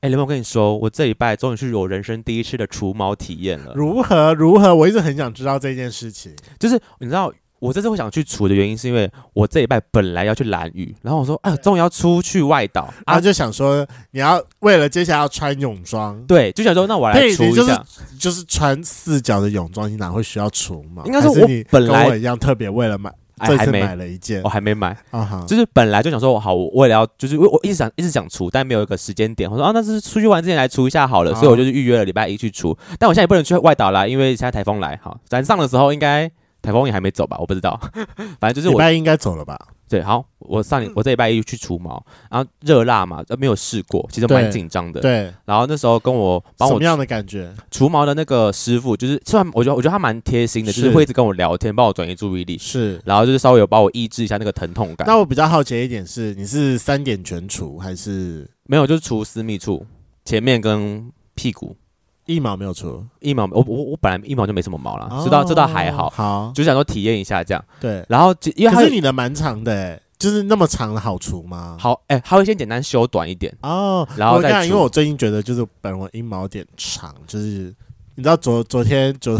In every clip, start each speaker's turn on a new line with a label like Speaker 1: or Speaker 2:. Speaker 1: 哎，雷梦，我跟你说，我这礼拜终于是我人生第一次的除毛体验了。
Speaker 2: 如何如何？我一直很想知道这件事
Speaker 1: 啊
Speaker 2: 情。
Speaker 1: 就是你知道，我这次会想去除的原因，是因为我这礼拜本来要去蓝屿，然后我说，哎，终于要出去外岛
Speaker 2: 然
Speaker 1: 啊
Speaker 2: 后，就想说，你要为了接下来要穿泳装，
Speaker 1: 对，就想说，那我来
Speaker 2: 对
Speaker 1: 除
Speaker 2: 你
Speaker 1: 一
Speaker 2: 就是
Speaker 1: 下。
Speaker 2: 就是穿四角的泳装，你哪会需要除毛？
Speaker 1: 应该是
Speaker 2: 还是
Speaker 1: 我
Speaker 2: 你
Speaker 1: 本来
Speaker 2: 跟我一样特别为了买，
Speaker 1: 哎
Speaker 2: 这
Speaker 1: 还
Speaker 2: 次
Speaker 1: 没哦
Speaker 2: 买了一件
Speaker 1: 我还没买，
Speaker 2: 啊哈，
Speaker 1: 就是本来就想说，好，我为了要，就是我我一直想一直想除，但没有一个时间点。我说啊，那是出去玩之前来除一下好了，
Speaker 2: 哦
Speaker 1: 所以我就是预约了礼拜一去除。但我现在也不能去外岛啦，因为现在台风来哈，咱上的时候应该台风也还没走吧，我不知道。 反正就是
Speaker 2: 礼
Speaker 1: 我
Speaker 2: 拜一应该走了吧？
Speaker 1: 对，好，我上
Speaker 2: 嗯
Speaker 1: 礼我这礼拜一去除毛，然后热辣嘛，呃没有试过，其实蛮
Speaker 2: 对
Speaker 1: 紧张的。
Speaker 2: 对，
Speaker 1: 然后那时候跟我帮
Speaker 2: 什
Speaker 1: 我
Speaker 2: 么样的感觉？
Speaker 1: 除毛的那个师傅，就是虽然我觉得我觉得他蛮贴心的，就是
Speaker 2: 是
Speaker 1: 会一直跟我聊天，帮我转移注意力，
Speaker 2: 是。
Speaker 1: 然后就是稍微有帮我抑制一下那个疼痛感。
Speaker 2: 那我比较好奇一点是，你是三点全除还是
Speaker 1: 没有，就是除私密处，前面跟屁股
Speaker 2: 一毛没有除？
Speaker 1: 一毛，我我我本来一毛就没什么毛啦，这倒这倒还
Speaker 2: 哦
Speaker 1: 好，
Speaker 2: 好，
Speaker 1: 就想说体验一下这样。
Speaker 2: 对。
Speaker 1: 然后就因为
Speaker 2: 可
Speaker 1: 它
Speaker 2: 是你的蛮长的、欸，就是那么长的好除吗？
Speaker 1: 好哎，他会先简单修短一点，
Speaker 2: 哦，
Speaker 1: 然后
Speaker 2: 我
Speaker 1: 再
Speaker 2: 跟你讲，
Speaker 1: 除
Speaker 2: 因为我最近觉得就是本人阴毛有点长，就是你知道昨昨天 昨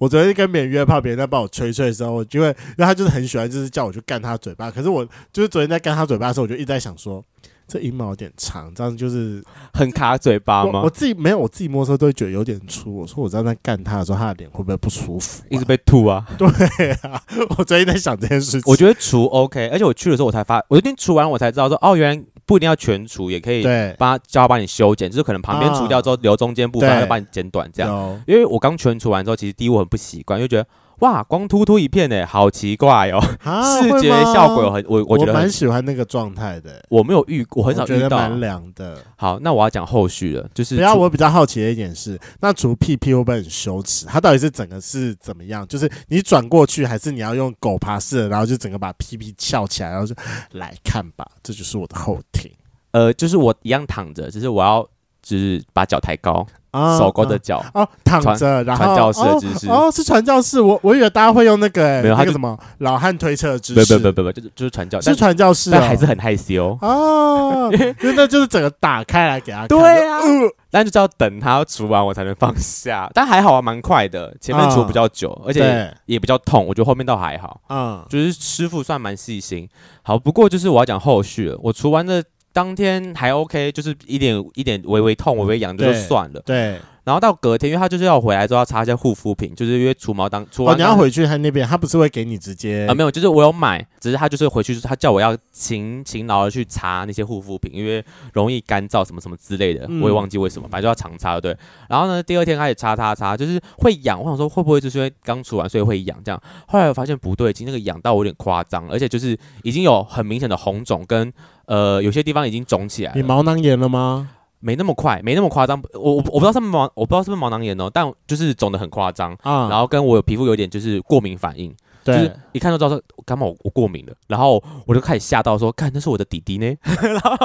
Speaker 2: 我昨天跟别人约炮，别人在帮我吹吹的时候，我就会，因为他就是很喜欢，就是叫我去干他嘴巴。可是我就是昨天在干他嘴巴的时候，我就一直在想说，这阴毛有点长，这样就是
Speaker 1: 很卡嘴巴
Speaker 2: 我我
Speaker 1: 吗？
Speaker 2: 自己没有，我自己摸的时候都会觉得有点粗。我说我这样在干他的时候，他的脸会不会不舒服、
Speaker 1: 一直被吐啊！
Speaker 2: 对啊，我最近在想这件事情。
Speaker 1: 我觉得除 OK，而且我去的时候我才发，我那天除完我才知道说，哦，原来不一定要全除，也可以
Speaker 2: 对，啊
Speaker 1: 帮他叫他帮你修剪，就是可能旁边除掉之后留中间部分，
Speaker 2: 对
Speaker 1: 他就帮你剪短这样。
Speaker 2: 有
Speaker 1: 因为我刚全除完之后，其实第一我很不习惯，就觉得哇，光秃秃一片呢，好奇怪哦，
Speaker 2: 啊
Speaker 1: 视觉
Speaker 2: 会吗
Speaker 1: 效果有很我
Speaker 2: 我
Speaker 1: 我觉得很
Speaker 2: 蛮喜欢那个状态的、
Speaker 1: 我没有遇，过，我很少
Speaker 2: 我觉
Speaker 1: 遇
Speaker 2: 得
Speaker 1: 到啊
Speaker 2: 蛮。凉的。
Speaker 1: 好，那我要讲后续了，就是
Speaker 2: 不要，
Speaker 1: 除
Speaker 2: 我比较好奇的一点是，那除屁屁会不会很羞耻？它到底是整个是怎么样？就是你转过去，还是你要用狗爬式的，然后就整个把屁屁翘起来，然后就来看吧，这就是我的后庭
Speaker 1: 呃，就是我一样躺着，只是我要就是把脚抬高，
Speaker 2: 啊
Speaker 1: 手勾着脚，
Speaker 2: 啊哦，躺着，然后
Speaker 1: 传教士的姿势
Speaker 2: 哦哦，是传教士，我我以为大家会用那个、欸、
Speaker 1: 没有它
Speaker 2: 那
Speaker 1: 就
Speaker 2: 个什么老汉推车的姿
Speaker 1: 不
Speaker 2: 势，
Speaker 1: 不不不不，就是就是传教，但
Speaker 2: 是传教士、哦，
Speaker 1: 但还是很害羞。
Speaker 2: 哦，因为那就是整个打开来给他看，
Speaker 1: 对啊，但就是要等他除完我才能放下，但还好啊，蛮快的，前面除比较久，而
Speaker 2: 就
Speaker 1: 且
Speaker 2: 嗯对，
Speaker 1: 也比较痛，我觉得后面倒还好。
Speaker 2: 嗯，
Speaker 1: 就是师傅算蛮细心。好，不过就是我要讲后续了。我除完的当天还 OK，就是一点一点微微痛、微微痒这就
Speaker 2: 对
Speaker 1: 算了。
Speaker 2: 对。
Speaker 1: 然后到隔天，因为他就是要回来之后要擦一些护肤品，就是因为除毛当除
Speaker 2: 哦，
Speaker 1: 完
Speaker 2: 你
Speaker 1: 当、
Speaker 2: 要回去他那边，他不是会给你直接
Speaker 1: 啊、没有，就是我有买，只是他就是回去，他叫我要勤勤劳的去擦那些护肤品，因为容易干燥什么什么之类的，
Speaker 2: 嗯
Speaker 1: 我也忘记为什么，反正就要常擦，对。然后呢，第二天开始擦擦擦，就是会痒，我想说会不会就是因为刚除完所以会痒这样，后来我发现不对劲，那个痒到我有点夸张，而且就是已经有很明显的红肿跟呃有些地方已经肿起来
Speaker 2: 你
Speaker 1: 了。
Speaker 2: 毛囊炎了吗？
Speaker 1: 没那么快，没那么夸张。我我我不知道是不是毛，我不知道是不是毛囊炎哦，但就是肿的很夸张。
Speaker 2: 啊，
Speaker 1: 然后跟我有皮肤有点就是过敏反应，就
Speaker 2: 对，
Speaker 1: 是一看就知道说感冒我我过敏了，然后我就开始吓到说，看那是我的弟弟呢， 然后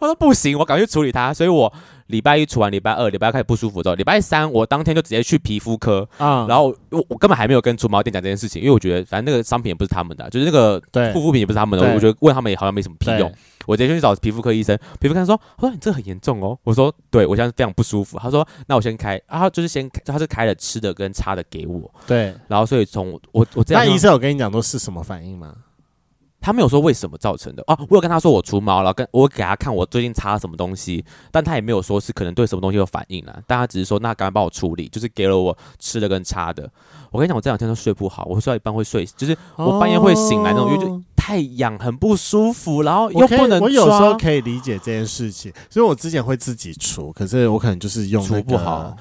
Speaker 1: 我说不行，我赶快去处理它，所以我礼拜一除完，礼拜二、礼拜二开始不舒服之后，礼拜三我当天就直接去皮肤科，
Speaker 2: 啊，
Speaker 1: 然后我我根本还没有跟除毛店讲这件事情，因为我觉得反正那个商品也不是他们的啊，就是那个
Speaker 2: 对
Speaker 1: 护肤品也不是他们的，
Speaker 2: 对
Speaker 1: 我觉得问他们也好像没什么屁
Speaker 2: 对
Speaker 1: 用。我直接去找皮肤科医生，皮肤科医生说：“他说你这很严重哦。”我说：“对，我现在非常不舒服。”他说：“那我先开，啊，他就是先他是开了吃的跟擦的给我，
Speaker 2: 对。
Speaker 1: 然后所以从我我这样
Speaker 2: 那医生有跟你讲说是什么反应吗？
Speaker 1: 他没有说为什么造成的啊，我有跟他说我除毛了，跟我给他看我最近擦了什么东西，但他也没有说是可能对什么东西有反应啦，但他只是说那赶快帮我处理，就是给了我吃的跟擦的。我跟你讲，我这两天都睡不好，我睡到一半会睡，就是我半夜会醒来那种，因为就
Speaker 2: 哦
Speaker 1: 太痒，很不舒服，然后又
Speaker 2: 我可以
Speaker 1: 不能
Speaker 2: 我有时候
Speaker 1: 抓，
Speaker 2: 可以理解这件事情，所以我之前会自己除，可是我可能就是用那
Speaker 1: 除
Speaker 2: 个
Speaker 1: 不好，，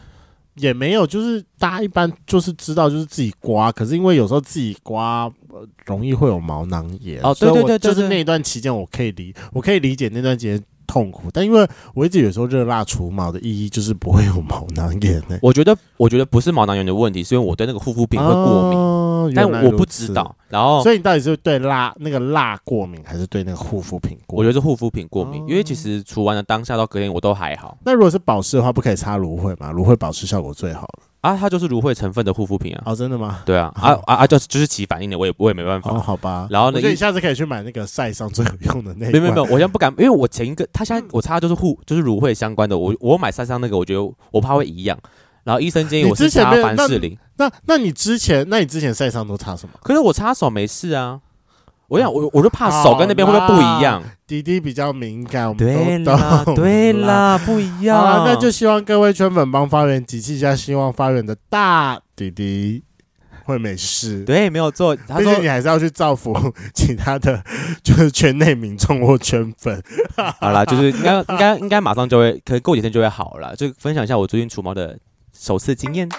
Speaker 2: 也没有，就是大家一般就是知道就是自己刮，可是因为有时候自己刮、呃容易会有毛囊炎
Speaker 1: 哦
Speaker 2: 所以
Speaker 1: 对
Speaker 2: 我
Speaker 1: 对对对
Speaker 2: 就是
Speaker 1: 对
Speaker 2: 那一段期间我可以理我可以理解那段期间痛苦，但因为我一直有时候热辣除毛的意义就是不会有毛囊炎呢、
Speaker 1: 我觉得我觉得不是毛囊炎的问题，是因为我对那个护肤品会过敏，
Speaker 2: 哦、
Speaker 1: 但
Speaker 2: 原来
Speaker 1: 我
Speaker 2: 如
Speaker 1: 不
Speaker 2: 此
Speaker 1: 知。道，哦然后
Speaker 2: 所以你到底是对辣那个辣过敏，还是对那个护肤品过
Speaker 1: 我
Speaker 2: 敏？
Speaker 1: 觉得是护肤品过敏，
Speaker 2: 哦
Speaker 1: 因为其实除完了当下到隔天我都还好。
Speaker 2: 那如果是保湿的话，不可以擦芦荟嘛？芦荟保湿效果最好了。
Speaker 1: 啊，它就是芦荟成分的护肤品啊。
Speaker 2: 哦，真的吗？
Speaker 1: 对啊，啊啊啊，就是就是起反应的，我也我也没办法。
Speaker 2: 哦，好吧。
Speaker 1: 然后呢
Speaker 2: 我觉得你下次可以去买那个晒伤最有用的那
Speaker 1: 没
Speaker 2: 一罐。
Speaker 1: 有没有没有，我现在不敢，因为我前一个他
Speaker 2: 嗯
Speaker 1: 现在我擦的就是护就是芦荟相关的，我我买三三那个，我觉得我怕会一样。然后医生建议
Speaker 2: 你
Speaker 1: 我
Speaker 2: 之
Speaker 1: 是
Speaker 2: 前
Speaker 1: 擦
Speaker 2: 没有
Speaker 1: 凡
Speaker 2: 那
Speaker 1: 士林，
Speaker 2: 那那你之前，那你之前晒伤都擦什么？
Speaker 1: 可是我擦手没事啊。我想我我就怕手跟那边会不会不一样？
Speaker 2: 滴滴比较敏感，我
Speaker 1: 对
Speaker 2: 们都
Speaker 1: 啦
Speaker 2: 哦懂。
Speaker 1: 对。啦，不一样。
Speaker 2: 好啦，那就希望各位圈粉帮发源集气一下，希望发源的大弟弟会没事。
Speaker 1: 对，没有做。他
Speaker 2: 毕
Speaker 1: 说
Speaker 2: 竟你还是要去造福 其他的， 就是圈内民众或圈粉。
Speaker 1: 好啦，就是应该应该应该马上就会，可能过几天就会好了啦。就分享一下我最近除毛的首次经验。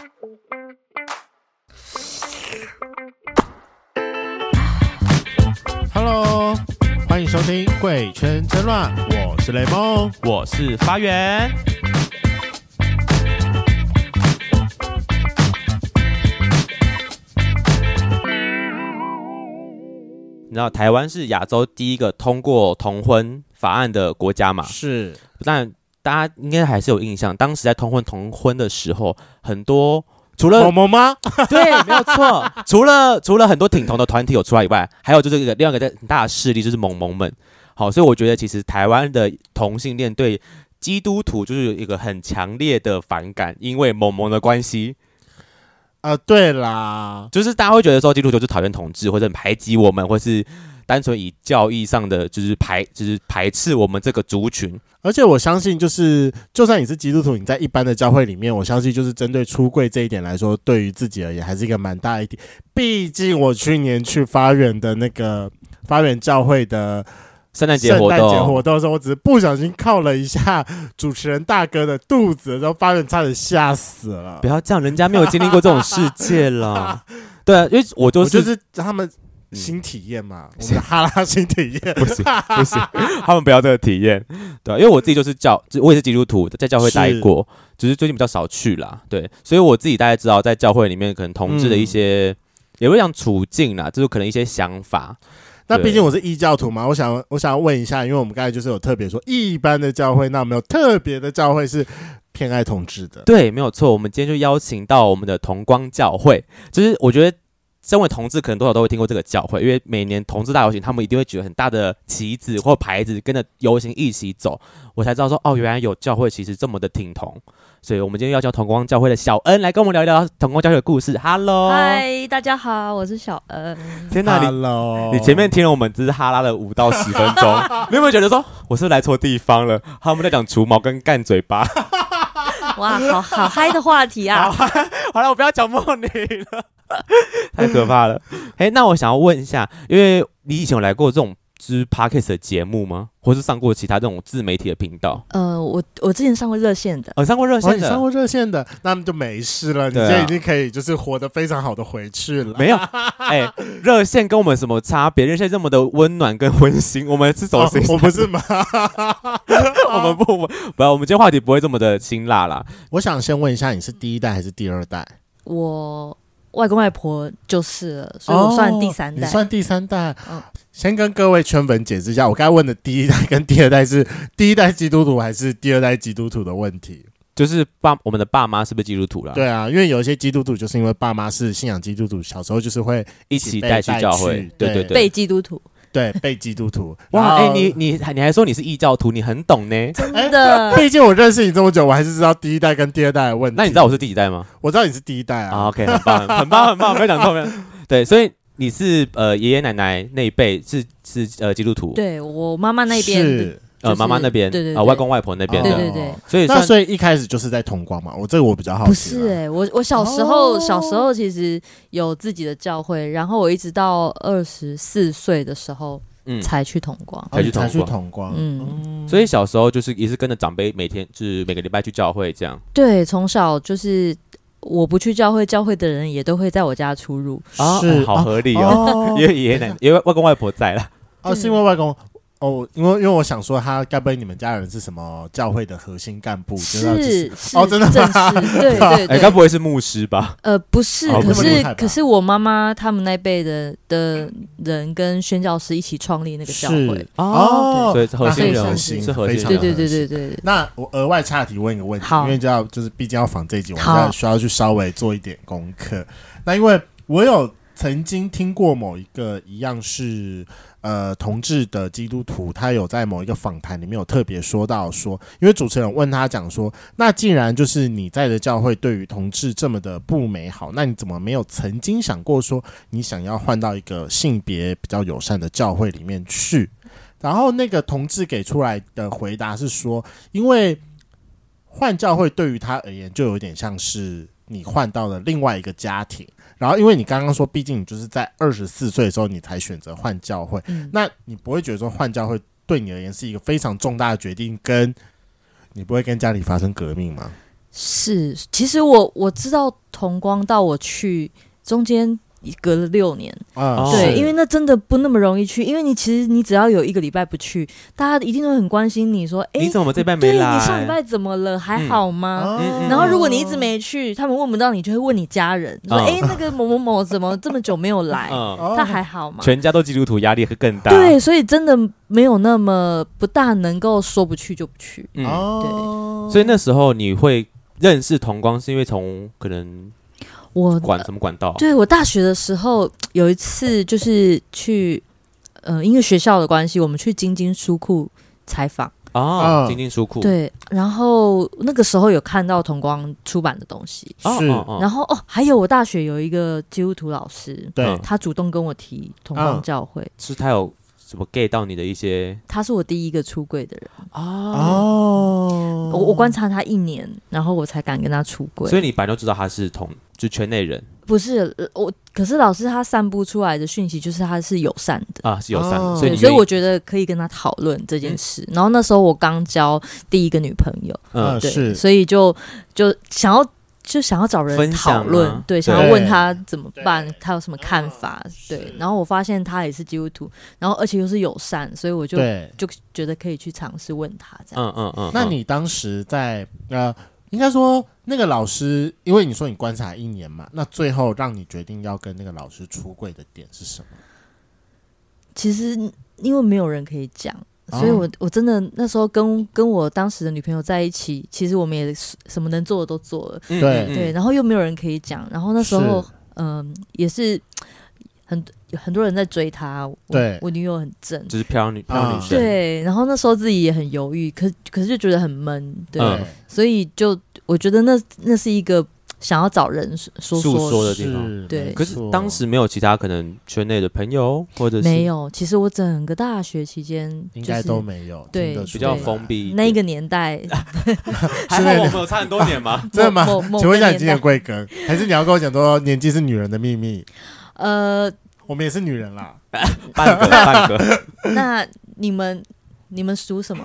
Speaker 2: Hello，欢迎收听《贵圈争乱》，我是雷梦。
Speaker 1: 我是发源，你知道台湾是亚洲第一个通过同婚法案的国家嘛？
Speaker 2: 是，
Speaker 1: 但大家应该还是有印象，当时在通婚同婚的时候，很多除了
Speaker 2: 萌萌吗？
Speaker 1: 对，没有错。除了除了很多挺同的团体有出来以外，还有就是一个另外一个很大的势力就是萌萌们。好，所以我觉得其实台湾的同性恋对基督徒就是有一个很强烈的反感，因为萌萌的关系，
Speaker 2: 啊，对啦，
Speaker 1: 就是大家会觉得说基督徒就是讨厌同志，或者很排挤我们，或是单纯以教义上的就是排就是排斥我们这个族群。
Speaker 2: 而且我相信，就是就算你是基督徒，你在一般的教会里面，我相信就是针对出柜这一点来说，对于自己而言还是一个蛮大一点。毕竟我去年去发源的那个发源教会的
Speaker 1: 圣诞节
Speaker 2: 圣
Speaker 1: 活
Speaker 2: 诞节
Speaker 1: 动，
Speaker 2: 活动的时候，我只是不小心靠了一下主持人大哥的肚子的时候，发源差点吓死了
Speaker 1: 不。要这样，人家没有经历过这种世界了。 对啊，因为我就
Speaker 2: 我
Speaker 1: 是
Speaker 2: 就是他们
Speaker 1: 嗯
Speaker 2: 新体验嘛，我们的哈拉新体 验。
Speaker 1: 不行不行，他们不要这个体验。对啊、因为我自己就是教，我也是基督徒，在教会待过，只是最近比较少去啦。对，所以我自己大概知道，在教会里面可能同志的一些，也不会讲处境啦，就是可能一些想法。
Speaker 2: 那毕竟我是异教徒嘛，我想我想问一下，因为我们刚才就是有特别说一般的教会，那有没有特别的教会是偏爱统治的？
Speaker 1: 对，没有错。我们今天就邀请到我们的同光教会，就是我觉得。身为同志，可能多少都会听过这个教会，因为每年同志大游行，他们一定会举很大的旗子或牌子，跟着游行一起走。我才知道说，哦，原来有教会其实这么的挺同。所以我们今天要叫同光教会的小恩来跟我们聊一聊同光教会的故事。Hello，
Speaker 2: 哦
Speaker 3: 嗨，大家好，我是小恩。
Speaker 1: 天哪，你
Speaker 2: Hello，
Speaker 1: 你前面听了我们只是哈拉了五到十分钟， 你有没有觉得说我是不是来错地方了？他们在讲除毛跟干嘴巴。
Speaker 3: 哇，好好嗨的话题
Speaker 1: 好
Speaker 3: 啊！
Speaker 1: 好了，我不要讲梦你了，太可怕 了。哎、那我想要问一下，因为你以前有来过这种就是 podcast 的节目吗？或是上过其他这种自媒体的频道？
Speaker 3: 呃，我我之前上过热线的，
Speaker 1: 哦，你上过热
Speaker 2: 哦，
Speaker 1: 线
Speaker 2: 你上
Speaker 1: 的？
Speaker 2: 过热线的，那么就没事了，你
Speaker 1: 对啊
Speaker 2: 现在已经可以就是活得非常好的回去了。
Speaker 1: 没有，哎、热线跟我们什么差别？热线这么的温暖跟温馨，我们是走
Speaker 2: 哦
Speaker 1: 心、
Speaker 2: 我不是吗？
Speaker 1: 我们不不不，我们今天话题不会这么的辛辣啦。
Speaker 2: 我想先问一下，你是第一代还是第二代？
Speaker 3: 我外公外婆就是了，所以我算第三
Speaker 2: 哦你
Speaker 3: 代。
Speaker 2: 算第三代
Speaker 3: 嗯。
Speaker 2: 先跟各位圈粉解释一下，我刚才问的第一代跟第二代是第一代基督徒还是第二代基督徒的问题。
Speaker 1: 就是爸，我们的爸妈是不是基督徒啦？，
Speaker 2: 对啊，因为有一些基督徒就是因为爸妈是信仰基督徒，小时候就是会
Speaker 1: 一
Speaker 2: 一起
Speaker 1: 起
Speaker 2: 被
Speaker 1: 带去
Speaker 2: 带
Speaker 1: 教
Speaker 2: 去
Speaker 1: 会。对
Speaker 2: 对
Speaker 1: 对
Speaker 3: 被
Speaker 1: 对。
Speaker 3: 基督徒，
Speaker 2: 对被基督 徒。
Speaker 1: 哇，哎、
Speaker 2: 然后
Speaker 1: 你你你还说你是异教徒，你很懂呢。
Speaker 2: 哎
Speaker 3: 真的
Speaker 2: 毕竟我认识你这么久，我还是知道第一代跟第二代的问题。
Speaker 1: 那你知道我是第几代吗？
Speaker 2: 我知道你是第一代
Speaker 1: 啊
Speaker 2: 啊，
Speaker 1: ，OK，很棒，很棒，很棒，没有讲错，没有。 对，所以你是呃爷爷奶奶那一辈是是呃基督徒，，
Speaker 3: 对我妈妈那边的
Speaker 2: 是。
Speaker 1: 呃
Speaker 3: 就是
Speaker 1: 妈妈那边，
Speaker 3: 对对
Speaker 1: 呃
Speaker 3: 对哦
Speaker 1: 外公外婆那边
Speaker 3: 对
Speaker 1: 的，
Speaker 3: 对对
Speaker 1: 所以
Speaker 2: 那
Speaker 1: 算
Speaker 2: 所以一开始就是在同光嘛，我这个我比较好奇。哦
Speaker 3: 不是哎、，我我小时候、小时候其实有自己的教会，然后我一直到二十四岁的时候
Speaker 1: 嗯，
Speaker 3: 才去同光。
Speaker 1: 才去同
Speaker 2: 哦才
Speaker 1: 光
Speaker 2: 去同光。
Speaker 3: 嗯，
Speaker 1: 所以小时候就是也是跟着长辈每天就是每个礼拜去教会这样，
Speaker 3: 对，从小就是我不去教会，教会的人也都会在我家出入。
Speaker 1: 啊
Speaker 2: 是
Speaker 1: 哎好合理哦，
Speaker 2: 哦
Speaker 1: 因为爷爷奶奶因为外公外婆在了，
Speaker 2: 哦，是因为外公。哦，因为因为我想说，他该不会你们家人是什么教会的核心干部？就是要去
Speaker 3: 是是
Speaker 2: 哦真的吗
Speaker 3: 正是，对对
Speaker 1: 哎，
Speaker 3: 对，
Speaker 1: 该不会是牧师吧？
Speaker 3: 呃，不是，
Speaker 1: 哦
Speaker 3: 可
Speaker 1: 不是
Speaker 3: 是
Speaker 2: 太吧
Speaker 3: 可是我妈妈他们那辈的的人跟宣教师一起创立那个教会
Speaker 2: 是，哦，
Speaker 1: 所以是核心
Speaker 3: 那
Speaker 1: 人
Speaker 3: 很
Speaker 1: 物
Speaker 3: 核心
Speaker 1: 是核
Speaker 2: 非
Speaker 1: 心
Speaker 2: 常
Speaker 3: 对
Speaker 1: 人物。
Speaker 3: 对对对对对，
Speaker 2: 那我额外岔题问一个问题，
Speaker 3: 好
Speaker 2: 因为就要就是毕竟要仿这一集，我们
Speaker 3: 好
Speaker 2: 要需要去稍微做一点功课。那因为我有曾经听过某一个一样是呃同志的基督徒，他有在某一个访谈里面有特别说到说，因为主持人问他讲说，那既然就是你在的教会对于同志这么的不美好，那你怎么没有曾经想过说你想要换到一个性别比较友善的教会里面去？然后那个同志给出来的回答是说，因为换教会对于他而言就有点像是你换到了另外一个家庭。然后因为你刚刚说，毕竟你就是在二十四岁的时候你才选择换教会，
Speaker 3: 嗯，
Speaker 2: 那你不会觉得说换教会对你而言是一个非常重大的决定，跟你不会跟家里发生革命吗？
Speaker 3: 是。其实我我知道同光到我去中间隔了六年，
Speaker 2: 啊、
Speaker 1: 哦
Speaker 3: 对，
Speaker 1: 是
Speaker 3: 因为那真的不那么容易去，因为你其实你只要有一个礼拜不去，大家一定会很关心你说，哎、
Speaker 1: 你怎么这边
Speaker 3: 对
Speaker 1: 没
Speaker 3: 你
Speaker 1: 来？
Speaker 3: 上礼拜怎么了？还
Speaker 1: 嗯
Speaker 3: 好吗？
Speaker 1: 嗯嗯
Speaker 3: 然后如果你一直没去，他们问不到你，就会问你家人说：“
Speaker 1: 嗯
Speaker 3: 哎、那个某某某怎么这么久没有来？
Speaker 1: 嗯，
Speaker 2: 哦
Speaker 3: 他还好吗
Speaker 1: 全家都基督徒，压力会更？”大。
Speaker 3: 对，所以真的没有那么不大能够说不去就不去。
Speaker 1: 嗯，
Speaker 2: 哦，
Speaker 1: 所以那时候你会认识同光，是因为从可能
Speaker 3: 我
Speaker 1: 管什么管道？
Speaker 3: 对我大学的时候有一次就是去呃音乐学校的关系，我们去晶晶书库采访，
Speaker 1: 啊，
Speaker 2: 嗯
Speaker 1: 金金书库。
Speaker 3: 对，然后那个时候有看到同光出版的东西，
Speaker 1: 哦，
Speaker 2: 是
Speaker 1: 哦哦
Speaker 3: 然后哦，还有我大学有一个基督徒老师，
Speaker 2: 对、
Speaker 1: 嗯
Speaker 3: 他主动跟我提同光
Speaker 2: 嗯
Speaker 3: 教会。
Speaker 1: 是他有什么 gay 到你的一些
Speaker 3: 他是我第一个出柜的人，
Speaker 1: 啊？
Speaker 2: 哦，
Speaker 3: 我我观察他一年，然后我才敢跟他出柜。
Speaker 1: 所以你本来就知道他是同，就圈内人
Speaker 3: 不是呃我，可是老师他散布出来的讯息就是他是友善的，
Speaker 1: 啊，是友善的，
Speaker 2: 哦
Speaker 1: 所以
Speaker 3: 对，
Speaker 1: 你嗯
Speaker 3: 所以
Speaker 1: 愿意
Speaker 3: 我觉得可以跟他讨论这件事。然后那时候我刚交第一个女朋友，
Speaker 1: 嗯
Speaker 2: 嗯
Speaker 3: 对，
Speaker 2: 是
Speaker 3: 所以就就想要就想要找人
Speaker 1: 分享啊
Speaker 3: 讨论，对，
Speaker 1: 对
Speaker 3: 想要问他怎么办
Speaker 2: 对，哦
Speaker 3: 他有什么看法，对
Speaker 2: 是。
Speaker 3: 然后我发现他也是基督徒，然后而且又是友善，所以我就
Speaker 2: 对。
Speaker 3: 就觉得可以去尝试问他这样。
Speaker 1: 嗯嗯嗯，
Speaker 2: 那
Speaker 1: 嗯
Speaker 2: 你当时在呃，应该说那个老师，因为你说你观察一年嘛，那最后让你决定要跟那个老师出柜的点是什么？
Speaker 3: 其实因为没有人可以讲，
Speaker 2: 哦
Speaker 3: 所以我我真的那时候跟跟我当时的女朋友在一起，其实我们也是什么能做的都做了，
Speaker 1: 嗯
Speaker 2: 对
Speaker 1: 嗯
Speaker 3: 对，然后又没有人可以讲，然后那时候
Speaker 2: 是
Speaker 3: 嗯、也是很有很多人在追她，我
Speaker 2: 对
Speaker 3: 我女友很正。
Speaker 1: 就是漂亮女漂亮女
Speaker 2: 啊
Speaker 1: 生，
Speaker 3: 对，然后那时候自己也很犹豫，可可是就觉得很闷，对，
Speaker 1: 嗯
Speaker 3: 所以就我觉得那那是一个想要找人说
Speaker 1: 诉说
Speaker 3: 说
Speaker 1: 的地方。
Speaker 2: 是
Speaker 3: 对
Speaker 2: 没
Speaker 1: 可是
Speaker 2: 错
Speaker 1: 当时没有其他可能圈内的朋友，或者是
Speaker 3: 没有。其实我整个大学期间、就是、
Speaker 2: 应该都没有，
Speaker 3: 对
Speaker 2: 听得出
Speaker 1: 比较
Speaker 2: 来
Speaker 1: 封。闭一点
Speaker 3: 那个年代，
Speaker 1: 还好我们有差很多年嘛。
Speaker 2: 真的吗
Speaker 3: 某某？某
Speaker 2: 请问一下，你
Speaker 3: 个
Speaker 2: 今年
Speaker 3: 年代
Speaker 2: 贵庚？还是你要跟我讲说年纪是女人的秘密？
Speaker 3: 呃，
Speaker 2: 我们也是女人啦，
Speaker 1: 半个半个
Speaker 3: 那你们你们属什么？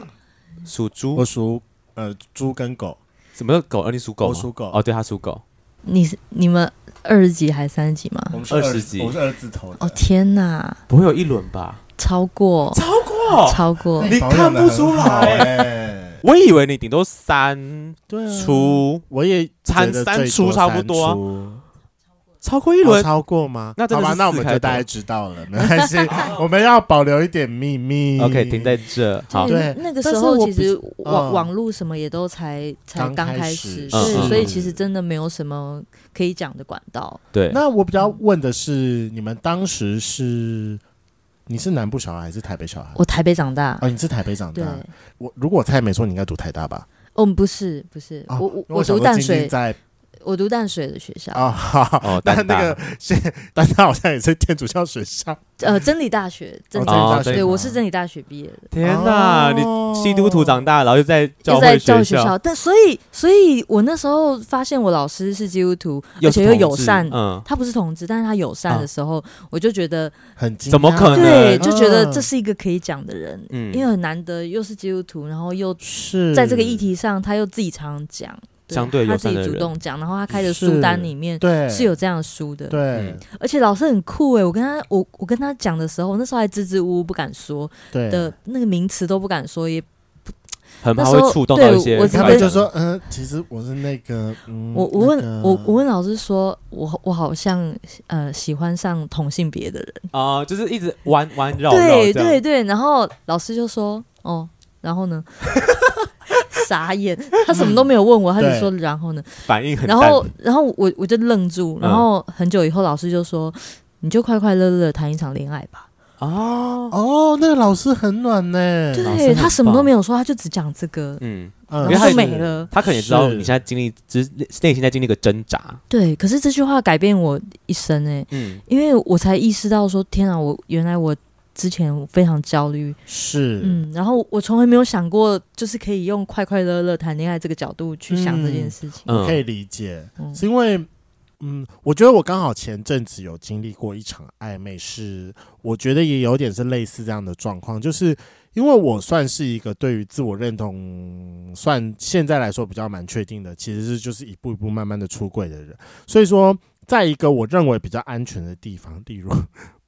Speaker 1: 属
Speaker 2: 我
Speaker 1: 猪，
Speaker 2: 属呃猪跟狗，
Speaker 1: 什么狗？哦，你属狗吗？
Speaker 2: 我属狗
Speaker 1: 哦，对，他属狗。
Speaker 3: 你是你们二十几还是三十几吗？
Speaker 2: 我们是
Speaker 1: 二十
Speaker 2: 字
Speaker 1: 几
Speaker 2: 我是二字头的。
Speaker 3: 哦天哪，
Speaker 1: 不会有一轮吧？
Speaker 3: 超过
Speaker 1: 超过，
Speaker 3: 超过
Speaker 2: 哎，
Speaker 1: 你
Speaker 2: 保养
Speaker 1: 看
Speaker 2: 得
Speaker 1: 不出
Speaker 2: 很好
Speaker 1: 来
Speaker 2: 哎。
Speaker 1: 我以为你顶多三
Speaker 2: 对啊，
Speaker 1: 出，
Speaker 2: 我也
Speaker 1: 三
Speaker 2: 觉得
Speaker 1: 三
Speaker 2: 最
Speaker 1: 出
Speaker 2: 多
Speaker 1: 差不
Speaker 2: 三
Speaker 1: 多啊
Speaker 2: 出
Speaker 1: 超过一
Speaker 2: 有
Speaker 1: 轮。
Speaker 2: 超过吗？
Speaker 1: 那真
Speaker 2: 好
Speaker 1: 的
Speaker 2: 吧，
Speaker 1: 是
Speaker 2: 那我们
Speaker 1: 四开
Speaker 2: 就大
Speaker 1: 头
Speaker 2: 概知道了，没 关系。我们要保留一点秘密。
Speaker 1: OK，停在这。好，
Speaker 2: 对
Speaker 3: 那个
Speaker 2: 但
Speaker 3: 时
Speaker 2: 是
Speaker 3: 候
Speaker 2: 我
Speaker 3: 其
Speaker 2: 比
Speaker 3: 实
Speaker 2: 嗯
Speaker 3: 网网络什么也都才才
Speaker 2: 刚
Speaker 3: 刚
Speaker 2: 开
Speaker 3: 开
Speaker 2: 始
Speaker 3: 始，
Speaker 2: 嗯
Speaker 3: 对，
Speaker 1: 嗯
Speaker 3: 所以其实真的没有什么可以讲的管道。
Speaker 1: 对，
Speaker 2: 那我比较问的是，你们当时是你是南部小孩还是台北小孩？
Speaker 3: 我台北长大，
Speaker 2: 哦，你是台北长
Speaker 3: 对，
Speaker 2: 大。我如果我猜没错，你应该读台大吧？
Speaker 3: 哦不是不是，
Speaker 2: 哦
Speaker 3: 我我
Speaker 2: 因为我想
Speaker 3: 读
Speaker 2: 说
Speaker 3: 淡
Speaker 2: 晶晶
Speaker 3: 水，
Speaker 2: 在
Speaker 3: 我读淡水的学校，
Speaker 2: 啊，哈哈
Speaker 1: 哦
Speaker 2: 那
Speaker 1: 淡
Speaker 2: 那
Speaker 1: 大
Speaker 2: 个是但他好像也是天主教学校，
Speaker 3: 呃真理大学，真
Speaker 2: 哦
Speaker 3: 理
Speaker 1: 真理
Speaker 3: 大
Speaker 1: 大
Speaker 3: 学，
Speaker 1: 学
Speaker 3: 对
Speaker 2: 吗
Speaker 3: 我是真理大学毕业的。
Speaker 1: 天哪，你
Speaker 2: 哦
Speaker 1: 基督徒长大，然后又在
Speaker 3: 就
Speaker 1: 教
Speaker 3: 在
Speaker 1: 会
Speaker 3: 教育学
Speaker 1: 校，
Speaker 3: 校，但所以，所以我那时候发现我老师是基督徒，而
Speaker 1: 是
Speaker 3: 且又
Speaker 1: 同
Speaker 3: 友
Speaker 1: 志
Speaker 3: 善
Speaker 1: 嗯，啊
Speaker 3: 他不是同志，但是他友善的时候，我就觉得，
Speaker 2: 很惊讶
Speaker 1: 怎么可能
Speaker 3: 对，
Speaker 2: 嗯
Speaker 3: 就觉得这是一个可以讲的人，
Speaker 1: 啊嗯
Speaker 3: 因为很难得又是基督徒，然后又
Speaker 2: 是
Speaker 3: 在这个议题上他又自己常常讲，对
Speaker 1: 相对友
Speaker 3: 他自
Speaker 1: 善的
Speaker 3: 己
Speaker 1: 人
Speaker 3: 主动讲，然后他开的书单里面
Speaker 2: 对，
Speaker 3: 是有这样的书的，
Speaker 2: 对
Speaker 1: 嗯
Speaker 3: 而且老师很酷欸诶、我跟他我我跟他讲的时候，那时候还支支吾吾不敢说
Speaker 2: 对
Speaker 3: 的那个名词都不敢说，也
Speaker 1: 很怕
Speaker 3: 那
Speaker 1: 会
Speaker 3: 时候
Speaker 1: 触动到
Speaker 3: 对
Speaker 1: 一些
Speaker 3: 我
Speaker 1: 白
Speaker 3: 只
Speaker 1: 人。
Speaker 2: 他
Speaker 3: 觉
Speaker 2: 们
Speaker 3: 得
Speaker 2: 就说，嗯，其实我是那个，嗯，
Speaker 3: 我我问、
Speaker 2: 那个
Speaker 3: 我我问老师说，我我好像呃喜欢上同性别的人，
Speaker 1: 啊、就是一直弯弯绕绕
Speaker 3: 对
Speaker 1: 这样
Speaker 3: 对对，然后老师就说哦，然后呢， 傻眼，他什么都没有问我，他就说然后呢，
Speaker 1: 反应很
Speaker 3: 然
Speaker 1: 淡。
Speaker 3: 后然后我我就愣住，
Speaker 1: 嗯
Speaker 3: 然后很久以后老师就说，你就快快乐乐地谈一场恋爱吧，
Speaker 1: 哦，
Speaker 2: 哦，那个老师很暖呢，
Speaker 1: 哎老师很
Speaker 3: 对他什么都
Speaker 1: 棒
Speaker 3: 没有说，他就只讲这个，
Speaker 1: 嗯，
Speaker 2: 嗯
Speaker 1: 因为
Speaker 3: 然
Speaker 1: 他
Speaker 3: 后
Speaker 1: 也
Speaker 3: 就没
Speaker 2: 是
Speaker 3: 了。
Speaker 1: 他可能也知道
Speaker 2: 是
Speaker 1: 你现在经历，只是内内心在经历一个挣扎。
Speaker 3: 对，可是这句话改变我一生诶、
Speaker 1: 嗯，
Speaker 3: 因为我才意识到说，天啊，我原来我之前非常焦虑，
Speaker 2: 是，
Speaker 3: 嗯，然后我从来没有想过，就是可以用快快乐乐谈恋爱这个角度去想这件事情。
Speaker 1: 嗯
Speaker 2: 可以理解，
Speaker 3: 嗯
Speaker 2: 是因为，嗯，我觉得我刚好前阵子有经历过一场暧昧，是我觉得也有点是类似这样的状况，就是因为我算是一个对于自我认同算现在来说比较蛮确定的，其实是就是一步一步慢慢的出柜的人，所以说，在一个我认为比较安全的地方，例如